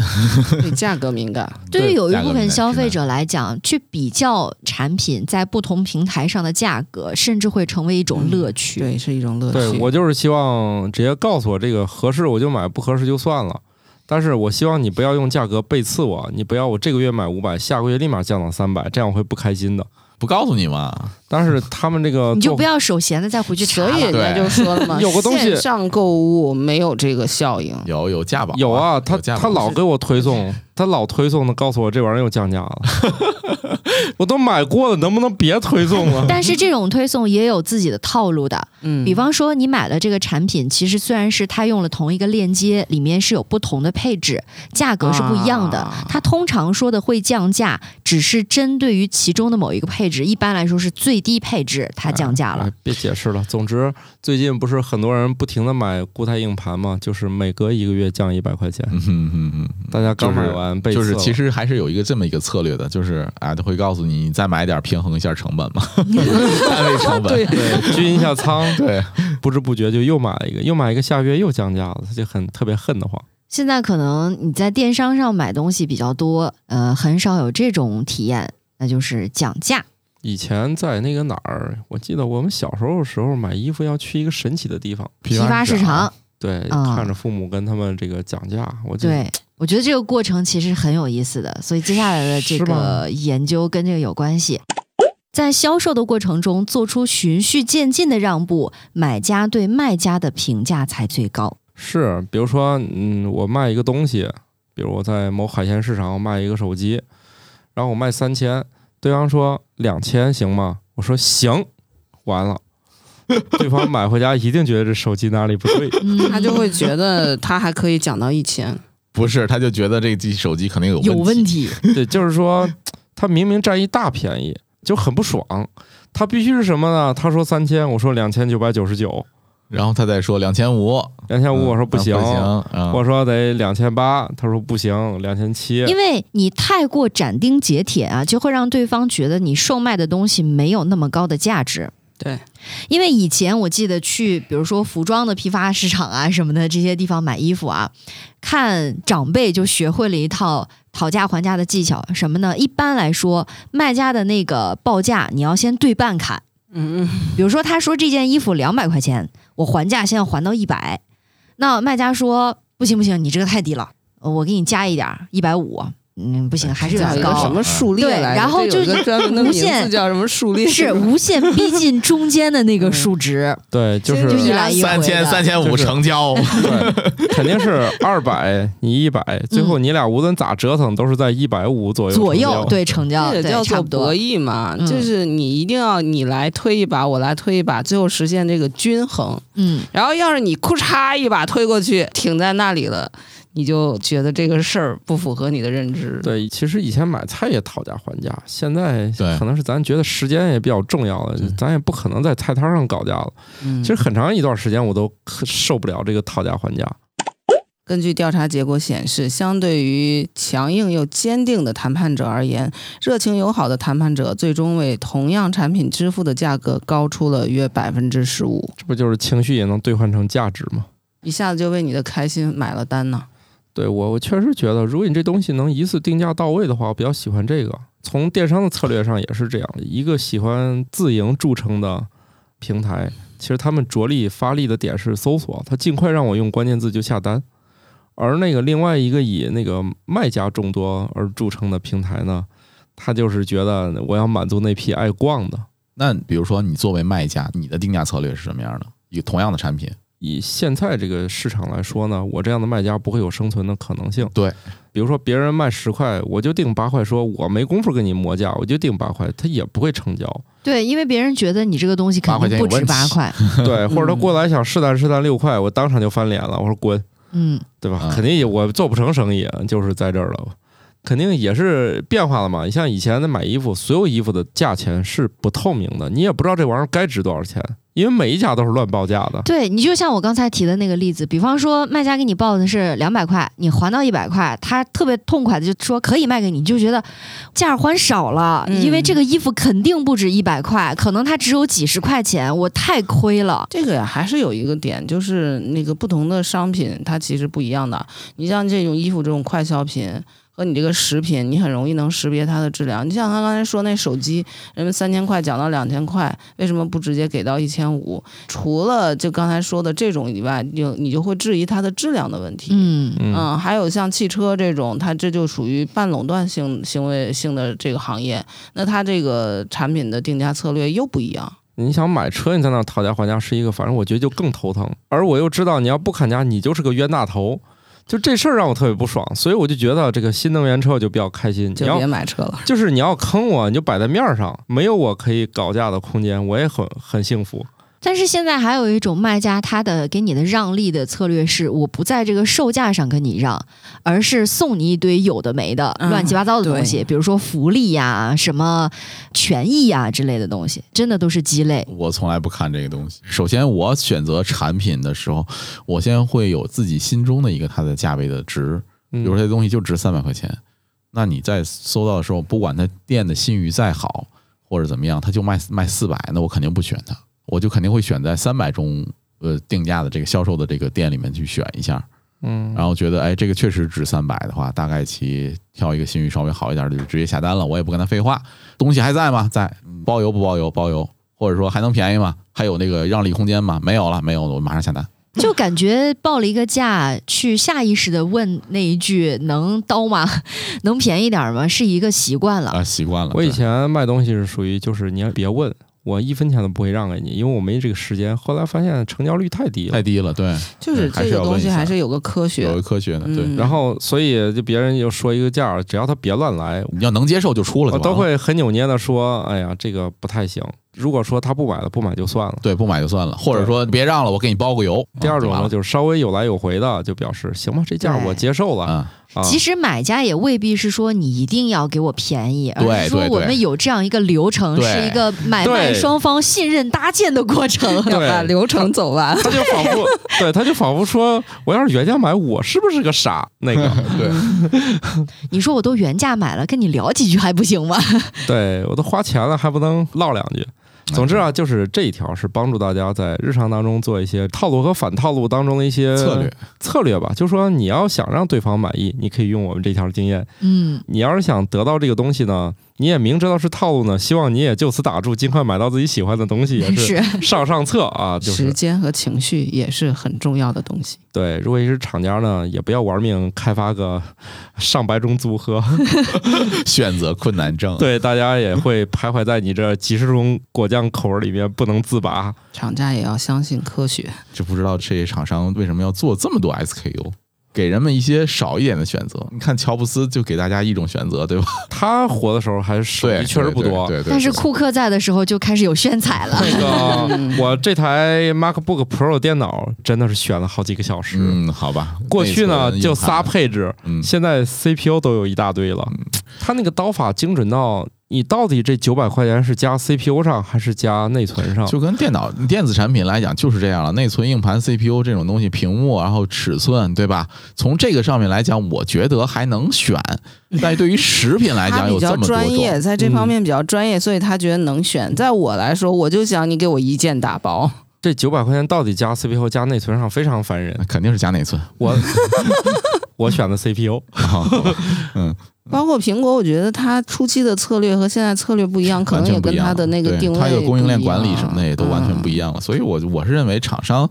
Speaker 4: 对价格敏感。
Speaker 2: 对于有一
Speaker 3: 价格
Speaker 2: 部
Speaker 3: 敏
Speaker 2: 分
Speaker 3: 感
Speaker 2: 消费
Speaker 3: 是
Speaker 2: 者来讲，去比较产品在不同平台上的价格，甚至会成为一种
Speaker 4: 嗯
Speaker 2: 乐趣。
Speaker 4: 对，是一种乐趣。
Speaker 1: 对我就是希望直接告诉我这个合适我就买，不合适就算了。但是我希望你不要用价格背刺我，你不要我这个月买五百，下个月立马降到三百，这样我会不开心的。
Speaker 3: 不告诉你嘛，
Speaker 1: 但是他们这个
Speaker 2: 你就
Speaker 1: 做
Speaker 2: 不要手闲的再回去查
Speaker 4: 所以人
Speaker 2: 了。
Speaker 4: 家
Speaker 3: 对
Speaker 4: 就说了嘛，
Speaker 1: 有个东西
Speaker 4: 线上购物没有这个效应。
Speaker 3: 有有价保
Speaker 1: 有啊，他
Speaker 3: 价
Speaker 1: 他
Speaker 3: 保
Speaker 1: 老给我推送，他老推送的，告诉我这玩意儿又降价了， [laughs] 我都买过了，能不能别推送了？
Speaker 2: [laughs] 但是这种推送也有自己的套路的，
Speaker 4: 嗯，
Speaker 2: 比方说你买了这个产品，其实虽然是它用了同一个链接，里面是有不同的配置，价格是不一样的。
Speaker 4: 啊
Speaker 2: 它通常说的会降价，只是针对于其中的某一个配置，一般来说是最低配置它降价了。
Speaker 1: 哎别解释了。总之，最近不是很多人不停的买固态硬盘嘛，就是每隔一个月降一百块钱，
Speaker 3: 嗯哼嗯哼嗯
Speaker 1: 大家刚
Speaker 3: 就是
Speaker 1: 买完被
Speaker 3: 就是
Speaker 1: 刺了
Speaker 3: 其实还是有一个这么一个策略的，就是啊，他会告诉你，你再买点儿平衡一下成本
Speaker 1: [laughs]
Speaker 3: 嘛，单位成本。
Speaker 1: 对，均一下仓，
Speaker 3: 对，
Speaker 1: 不知不觉就又买了一个，又买一个，下个月又降价了，他就很特别恨得慌。
Speaker 2: 现在可能你在电商上买东西比较多，呃，很少有这种体验，那就是讲价。
Speaker 1: 以前在那个哪儿，我记得我们小时候的时候买衣服要去一个神奇的地方，
Speaker 2: 批发市场，
Speaker 1: 对，
Speaker 2: 啊
Speaker 1: 看着父母跟他们这个讲价，我就
Speaker 2: 对我觉得这个过程其实很有意思的，所以接下来的这
Speaker 1: 是吗
Speaker 2: 个研究跟这个有关系。在销售的过程中，做出循序渐进的让步，买家对卖家的评价才最高。
Speaker 1: 是，比如说，嗯，我卖一个东西，比比如我在某海鲜市场我卖一个手机，然后我卖三千，对方说两千行吗？我说行，完了， [laughs] 对方买回家一定觉得这手机哪里不对，
Speaker 2: 嗯，
Speaker 4: 他就会觉得他还可以讲到一千，
Speaker 3: 不是，他就觉得这机手机肯定有
Speaker 4: 有
Speaker 3: 问
Speaker 4: 问。题。
Speaker 1: 对，就是说他明明占一大便宜，就很不爽。他必须是什么呢？他说三千，我说两千九百九十九，
Speaker 3: 然后他再说两千五，
Speaker 1: 两千五我说不行，
Speaker 3: 嗯不行，啊
Speaker 1: 我说得两千八，他说不行，两千七。
Speaker 2: 因为你太过斩钉截铁啊，就会让对方觉得你售卖的东西没有那么高的价值。
Speaker 4: 对，
Speaker 2: 因为以前我记得去，比如说服装的批发市场啊什么的这些地方买衣服啊，看长辈就学会了一套讨价还价的技巧，什么呢？一般来说，卖家的那个报价你要先对半砍，
Speaker 4: 嗯嗯，
Speaker 2: 比如说他说这件衣服两百块钱，我还价先要还到一百，那卖家说不行不行，你这个太低了，呃我给你加一点儿，一百五，嗯，不
Speaker 3: 哎
Speaker 2: 行，还是有
Speaker 4: 叫
Speaker 2: 点
Speaker 4: 一个
Speaker 2: 高
Speaker 4: 什
Speaker 2: 了。
Speaker 4: 么数列
Speaker 2: 对
Speaker 4: 来着？
Speaker 2: 然后
Speaker 4: 这有
Speaker 2: 就
Speaker 4: 一个专门的
Speaker 2: 无
Speaker 4: 名
Speaker 2: 限
Speaker 4: 字叫什么数
Speaker 2: [laughs]
Speaker 4: 列？
Speaker 2: 是无限逼近中间的那个数
Speaker 3: [laughs]
Speaker 2: 值，
Speaker 1: 对，就
Speaker 4: 这
Speaker 1: 是
Speaker 2: 就
Speaker 4: 就是
Speaker 2: 一来一回
Speaker 3: 三千
Speaker 2: 的
Speaker 3: 三千五
Speaker 1: 就是
Speaker 3: 成交， [laughs]
Speaker 1: 对，肯定是二百，你一百，最后你俩无论咋折腾，都是在一百五左右
Speaker 2: 嗯左
Speaker 1: 成
Speaker 2: 右
Speaker 1: 交，
Speaker 2: 对成交，
Speaker 4: 这也
Speaker 2: 对
Speaker 4: 叫
Speaker 2: 差
Speaker 4: 做
Speaker 2: 不多
Speaker 4: 博。弈嘛，
Speaker 2: 嗯
Speaker 4: 就是你一定要你来推一把，我来推一把，最后实现这个均衡。
Speaker 2: 嗯，
Speaker 4: 然后要是你裤嚓一把推过去，停在那里了，你就觉得这个事儿不符合你的认知。
Speaker 1: 对，其实以前买菜也讨价还价，现在
Speaker 3: 对
Speaker 1: 可能是咱觉得时间也比较重要了，咱也不可能在菜摊上搞价了。
Speaker 4: 嗯
Speaker 1: 其实很长一段时间我都受不了这个讨价还价。
Speaker 4: 根据调查结果显示，相对于强硬又坚定的谈判者而言，热情友好的谈判者最终为同样产品支付的价格高出了约百分之十五，
Speaker 1: 这不就是情绪也能兑换成价值吗？
Speaker 4: 一下子就为你的开心买了单呢。
Speaker 1: 对我，我确实觉得，如果你这东西能一次定价到位的话，我比较喜欢这个。从电商的策略上也是这样，一个喜欢自营著称的平台，其实他们着力发力的点是搜索，它尽快让我用关键字就下单。而那个另外一个以那个卖家众多而著称的平台呢，他就是觉得我要满足那批爱逛的。
Speaker 3: 那比如说，你作为卖家，你的定价策略是什么样的？一个同样的产品，
Speaker 1: 以现在这个市场来说呢，我这样的卖家不会有生存的可能性。
Speaker 3: 对，
Speaker 1: 比如说别人卖十块，我就定八块，说我没工夫跟你磨价，我就定八块，他也不会成交。
Speaker 2: 对，因为别人觉得你这个东西肯
Speaker 3: 八块
Speaker 2: 定不
Speaker 3: 钱有
Speaker 2: 值
Speaker 3: 问题
Speaker 2: 八块，
Speaker 1: 对，或者他过来想试探试探六块，我当场就翻脸了，我说滚，
Speaker 2: 嗯，
Speaker 1: 对吧？
Speaker 3: 嗯
Speaker 1: 肯定也我做不成生意，就是在这儿了。肯定也是变化了嘛。你像以前的买衣服，所有衣服的价钱是不透明的，你也不知道这玩意儿该值多少钱，因为每一家都是乱报价的。
Speaker 2: 对你就像我刚才提的那个例子，比方说卖家给你报的是两百块，你还到一百块，他特别痛快的就说可以卖给你，你就觉得价儿还少了，
Speaker 4: 嗯
Speaker 2: 因为这个衣服肯定不止一百块，可能它只有几十块钱，我太亏了。嗯
Speaker 4: 这个呀，还是有一个点，就是那个不同的商品它其实不一样的。你像这种衣服这种快消品和你这个食品，你很容易能识别它的质量。你像他刚才说那手机，人们三千块讲到两千块，为什么不直接给到一千五？除了就刚才说的这种以外，就你就会质疑它的质量的问题。
Speaker 2: 嗯，
Speaker 1: 嗯，
Speaker 4: 嗯，还有像汽车这种，它这就属于半垄断性行为性的这个行业，那它这个产品的定价策略又不一样。
Speaker 1: 你想买车，你在那儿讨价还价是一个，反正我觉得就更头疼。而我又知道你要不砍价，你就是个冤大头，就这事儿让我特别不爽。所以我就觉得这个新能源车我就比较开心。你
Speaker 4: 就别
Speaker 1: 要
Speaker 4: 买车了。
Speaker 1: 就是你要坑我，你就摆在面儿上，没有我可以搞价的空间，我也很很幸福。
Speaker 2: 但是现在还有一种卖家，他的给你的让利的策略是，我不在这个售价上跟你让，而是送你一堆有的没的、
Speaker 4: 嗯
Speaker 2: 乱七八糟的东西，
Speaker 4: 对
Speaker 2: 比如说福利呀、什么权益呀、之类的东西，真的都是鸡肋。
Speaker 3: 我从来不看这个东西。首先，我选择产品的时候，我先会有自己心中的一个它的价位的值，比
Speaker 1: 嗯
Speaker 3: 如说这东西就值三百块钱，那你在搜到的时候，不管它店的信誉再好或者怎么样，它就卖卖四百，那我肯定不选它，我就肯定会选在三百中。呃，定价的这个销售的这个店里面去选一下，
Speaker 1: 嗯，
Speaker 3: 然后觉得哎，这个确实值三百的话，大概其挑一个信誉稍微好一点的，就直接下单了。我也不跟他废话，东西还在吗？在，包邮不包邮？包邮，或者说还能便宜吗？还有那个让利空间吗？没有了，没有了，我马上下单。
Speaker 2: 就感觉报了一个价，去下意识的问那一句“能刀吗？ [laughs] 能便宜点儿吗？”是一个习惯了。
Speaker 3: 啊，习惯了。
Speaker 1: 我以
Speaker 3: 对
Speaker 1: 前卖东西是属于就是你要别问，我一分钱都不会让给你，因为我没这个时间。后来发现成交率太低了
Speaker 3: 太，低了，对，
Speaker 4: 就是
Speaker 3: 嗯还是
Speaker 4: 这个
Speaker 3: 要问
Speaker 4: 东
Speaker 3: 一
Speaker 4: 西
Speaker 3: 下
Speaker 4: 还是有个科
Speaker 3: 有
Speaker 4: 学
Speaker 3: 个，科学的，对，
Speaker 4: 嗯，
Speaker 1: 然后所以就别人又说一个价儿，只要他别乱来，
Speaker 3: 你要能接受就出了
Speaker 1: 我
Speaker 3: 就完了，
Speaker 1: 都会很扭捏的说，哎呀，这个不太行。如果说他不买了，不买就算了。
Speaker 3: 对，不买就算了，或者说别让了，我给你包个邮。
Speaker 1: 第二种
Speaker 3: 啊
Speaker 1: 呢，
Speaker 3: 哦就
Speaker 1: 就是稍微有来有回的，就表示行吧，这价儿我
Speaker 2: 对
Speaker 1: 接受
Speaker 3: 完
Speaker 1: 了
Speaker 3: 了啊，
Speaker 1: 啊。
Speaker 2: 其实买家也未必是说你一定要给我便宜，
Speaker 3: 对
Speaker 2: 而是说
Speaker 3: 对对
Speaker 2: 我们有这样一个流程，
Speaker 3: 对
Speaker 2: 是一个买卖
Speaker 1: 对
Speaker 2: 双方信任搭建的过程。
Speaker 1: 对
Speaker 4: 把啊流程走完。
Speaker 1: 他就仿佛对，他就仿佛说，我要是原价买，我是不是个傻？那个，
Speaker 3: [laughs] 对，
Speaker 2: [laughs] 你说我都原价买了，跟你聊几句还不行吗？
Speaker 1: 对我都花钱了，还不能唠两句。
Speaker 3: 哎
Speaker 1: 总之啊，就是这一条是帮助大家在日常当中做一些套路和反套路当中的一些
Speaker 3: 策略
Speaker 1: 策略吧。就说你要想让对方满意，你可以用我们这条经验；
Speaker 2: 嗯，
Speaker 1: 你要是想得到这个东西呢，你也明知道是套路呢，希望你也就此打住，尽快买到自己喜欢的东西， [laughs] 也是
Speaker 2: 是
Speaker 1: 上上策啊。就
Speaker 4: 时
Speaker 1: 是
Speaker 4: 间和情绪也是很重要的东西。
Speaker 1: 对，如果你是厂家呢，也不要玩命开发个上百种组 [laughs] 合，
Speaker 3: 选择困难症，
Speaker 1: 对，大家也会徘徊在你这几十种果酱口味里面不能自拔。
Speaker 4: 厂家也要相信科学，
Speaker 3: 就不知道这些厂商为什么要做这么多 SKU，给人们一些少一点的选择。你看乔布斯就给大家一种选择，对吧？
Speaker 1: 他活的时候还是手
Speaker 3: 对，
Speaker 1: 机确实不多。
Speaker 3: 对对对对
Speaker 2: 但是库克在的时候就开始有炫彩了。
Speaker 1: 那个，我这台 MacBook Pro 电脑真的是选了好几个小时。
Speaker 3: 嗯，好吧。
Speaker 1: 过去
Speaker 3: 内
Speaker 1: 呢
Speaker 3: 存
Speaker 1: 就仨
Speaker 3: 硬盘
Speaker 1: 配置，
Speaker 3: 嗯，
Speaker 1: 现在 CPU 都有一大堆了。他那个刀法精准到你到底这九百块钱是加 CPU 上还是加内存上？
Speaker 3: 就跟电脑电子产品来讲就是这样了，内存、硬盘、CPU 这种东西，屏幕，然后尺寸，对吧？从这个上面来讲，我觉得还能选，但对于食品来
Speaker 4: 他
Speaker 3: 讲
Speaker 4: 比
Speaker 3: 有这
Speaker 4: 较
Speaker 3: 么多
Speaker 4: 专业，
Speaker 3: 种。嗯
Speaker 4: 在这方面比较专业，所以他觉得能选。在我来说，我就想你给我一键打包，
Speaker 1: 这九百块钱到底加 CPU 加内存上非常烦人
Speaker 3: 那。肯定是加内存，
Speaker 1: 我 [laughs] 我选的 CPU。
Speaker 3: 嗯
Speaker 4: 包括苹果，我觉得它初期的策略和现在策略不一样，可
Speaker 3: 完
Speaker 4: 能
Speaker 3: 全
Speaker 4: 也
Speaker 3: 不
Speaker 4: 跟
Speaker 3: 一样
Speaker 4: 它
Speaker 3: 了。
Speaker 4: 的那个
Speaker 3: 对
Speaker 4: 定位、
Speaker 3: 它这个供应链管理什
Speaker 4: 啊
Speaker 3: 么的
Speaker 4: 嗯
Speaker 3: 也都完全不
Speaker 4: 一样。
Speaker 3: 一样了。所以我，我是认为厂商，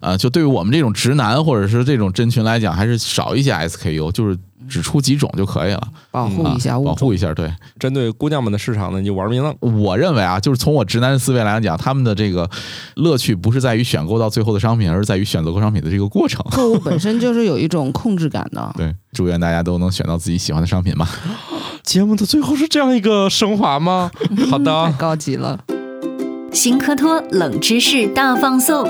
Speaker 3: 呃，就对于我们这种直男或者是这种真群来讲，还是少一些 SKU，就是只出几种就可以了，
Speaker 4: 嗯保护
Speaker 3: 啊
Speaker 4: 一下物
Speaker 3: 保
Speaker 4: 种，
Speaker 3: 护一下。对，
Speaker 1: 针对姑娘们的市场呢，你就玩命弄。
Speaker 3: 我认为啊，就是从我直男的思维来讲，他们的这个乐趣不是在于选购到最后的商品，而是在于选择购商品的这个过程。。
Speaker 4: 购物本身就是有一种控制感的
Speaker 3: [laughs] 对，祝愿大家都能选到自己喜欢的商品吧。
Speaker 1: 节目的最后是这样一个升华吗？好
Speaker 4: 太 [laughs]
Speaker 1: 的，
Speaker 4: 高级了，
Speaker 5: 新科托冷知识大放送。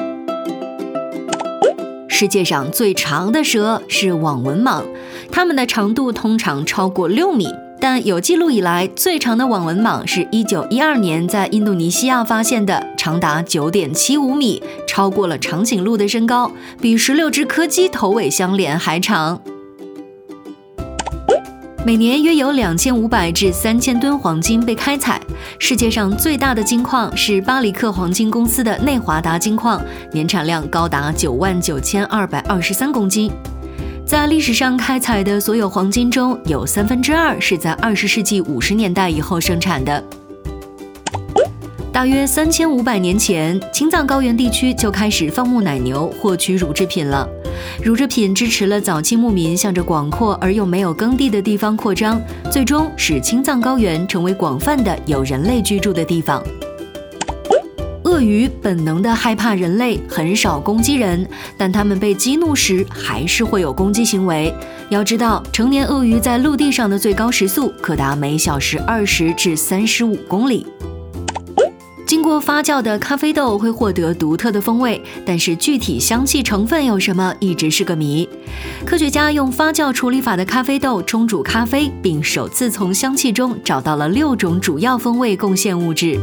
Speaker 5: 世界上最长的蛇是网纹蟒，它们的长度通常超过六米。但有记录以来，最长的网纹蟒是一九一二年在印度尼西亚发现的，长达九点七五米，超过了长颈鹿的身高，比十六只柯基头尾相连还长。每年约有两千五百至三千吨黄金被开采，世界上最大的金矿是巴里克黄金公司的内华达金矿，年产量高达九万九千二百二十三公斤。在历史上开采的所有黄金中，有三分之二是在二十世纪五十年代以后生产的。大约三千五百年前，青藏高原地区就开始放牧奶牛，获取乳制品了。乳制品支持了早期牧民向着广阔而又没有耕地的地方扩张，最终使青藏高原成为广泛的有人类居住的地方。鳄鱼本能的害怕人类，很少攻击人，但它们被激怒时还是会有攻击行为。要知道，成年鳄鱼在陆地上的最高时速可达每小时二十至三十五公里。经过发酵的咖啡豆会获得独特的风味，但是具体香气成分有什么一直是个谜。科学家用发酵处理法的咖啡豆冲煮咖啡，并首次从香气中找到了六种主要风味贡献物质。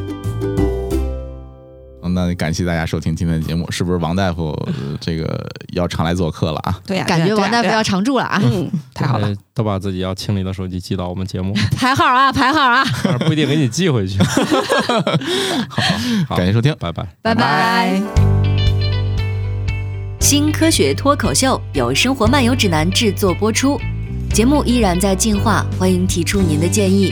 Speaker 3: 嗯那感谢大家收听今天的节目，是不是王大夫呃这个要常来做客了啊？
Speaker 4: 对呀、
Speaker 2: 感觉王大夫要常驻了啊！
Speaker 4: 嗯，太好了，
Speaker 1: 呃都把自己要清理的手机寄到我们节目， [laughs]
Speaker 2: 排号啊，排号啊！
Speaker 1: 但是不一定给你寄回去。好
Speaker 3: 感谢收听。
Speaker 1: 拜拜。
Speaker 2: 拜拜。
Speaker 5: 新科学脱口秀由生活漫游指南制作播出，节目依然在进化，欢迎提出您的建议，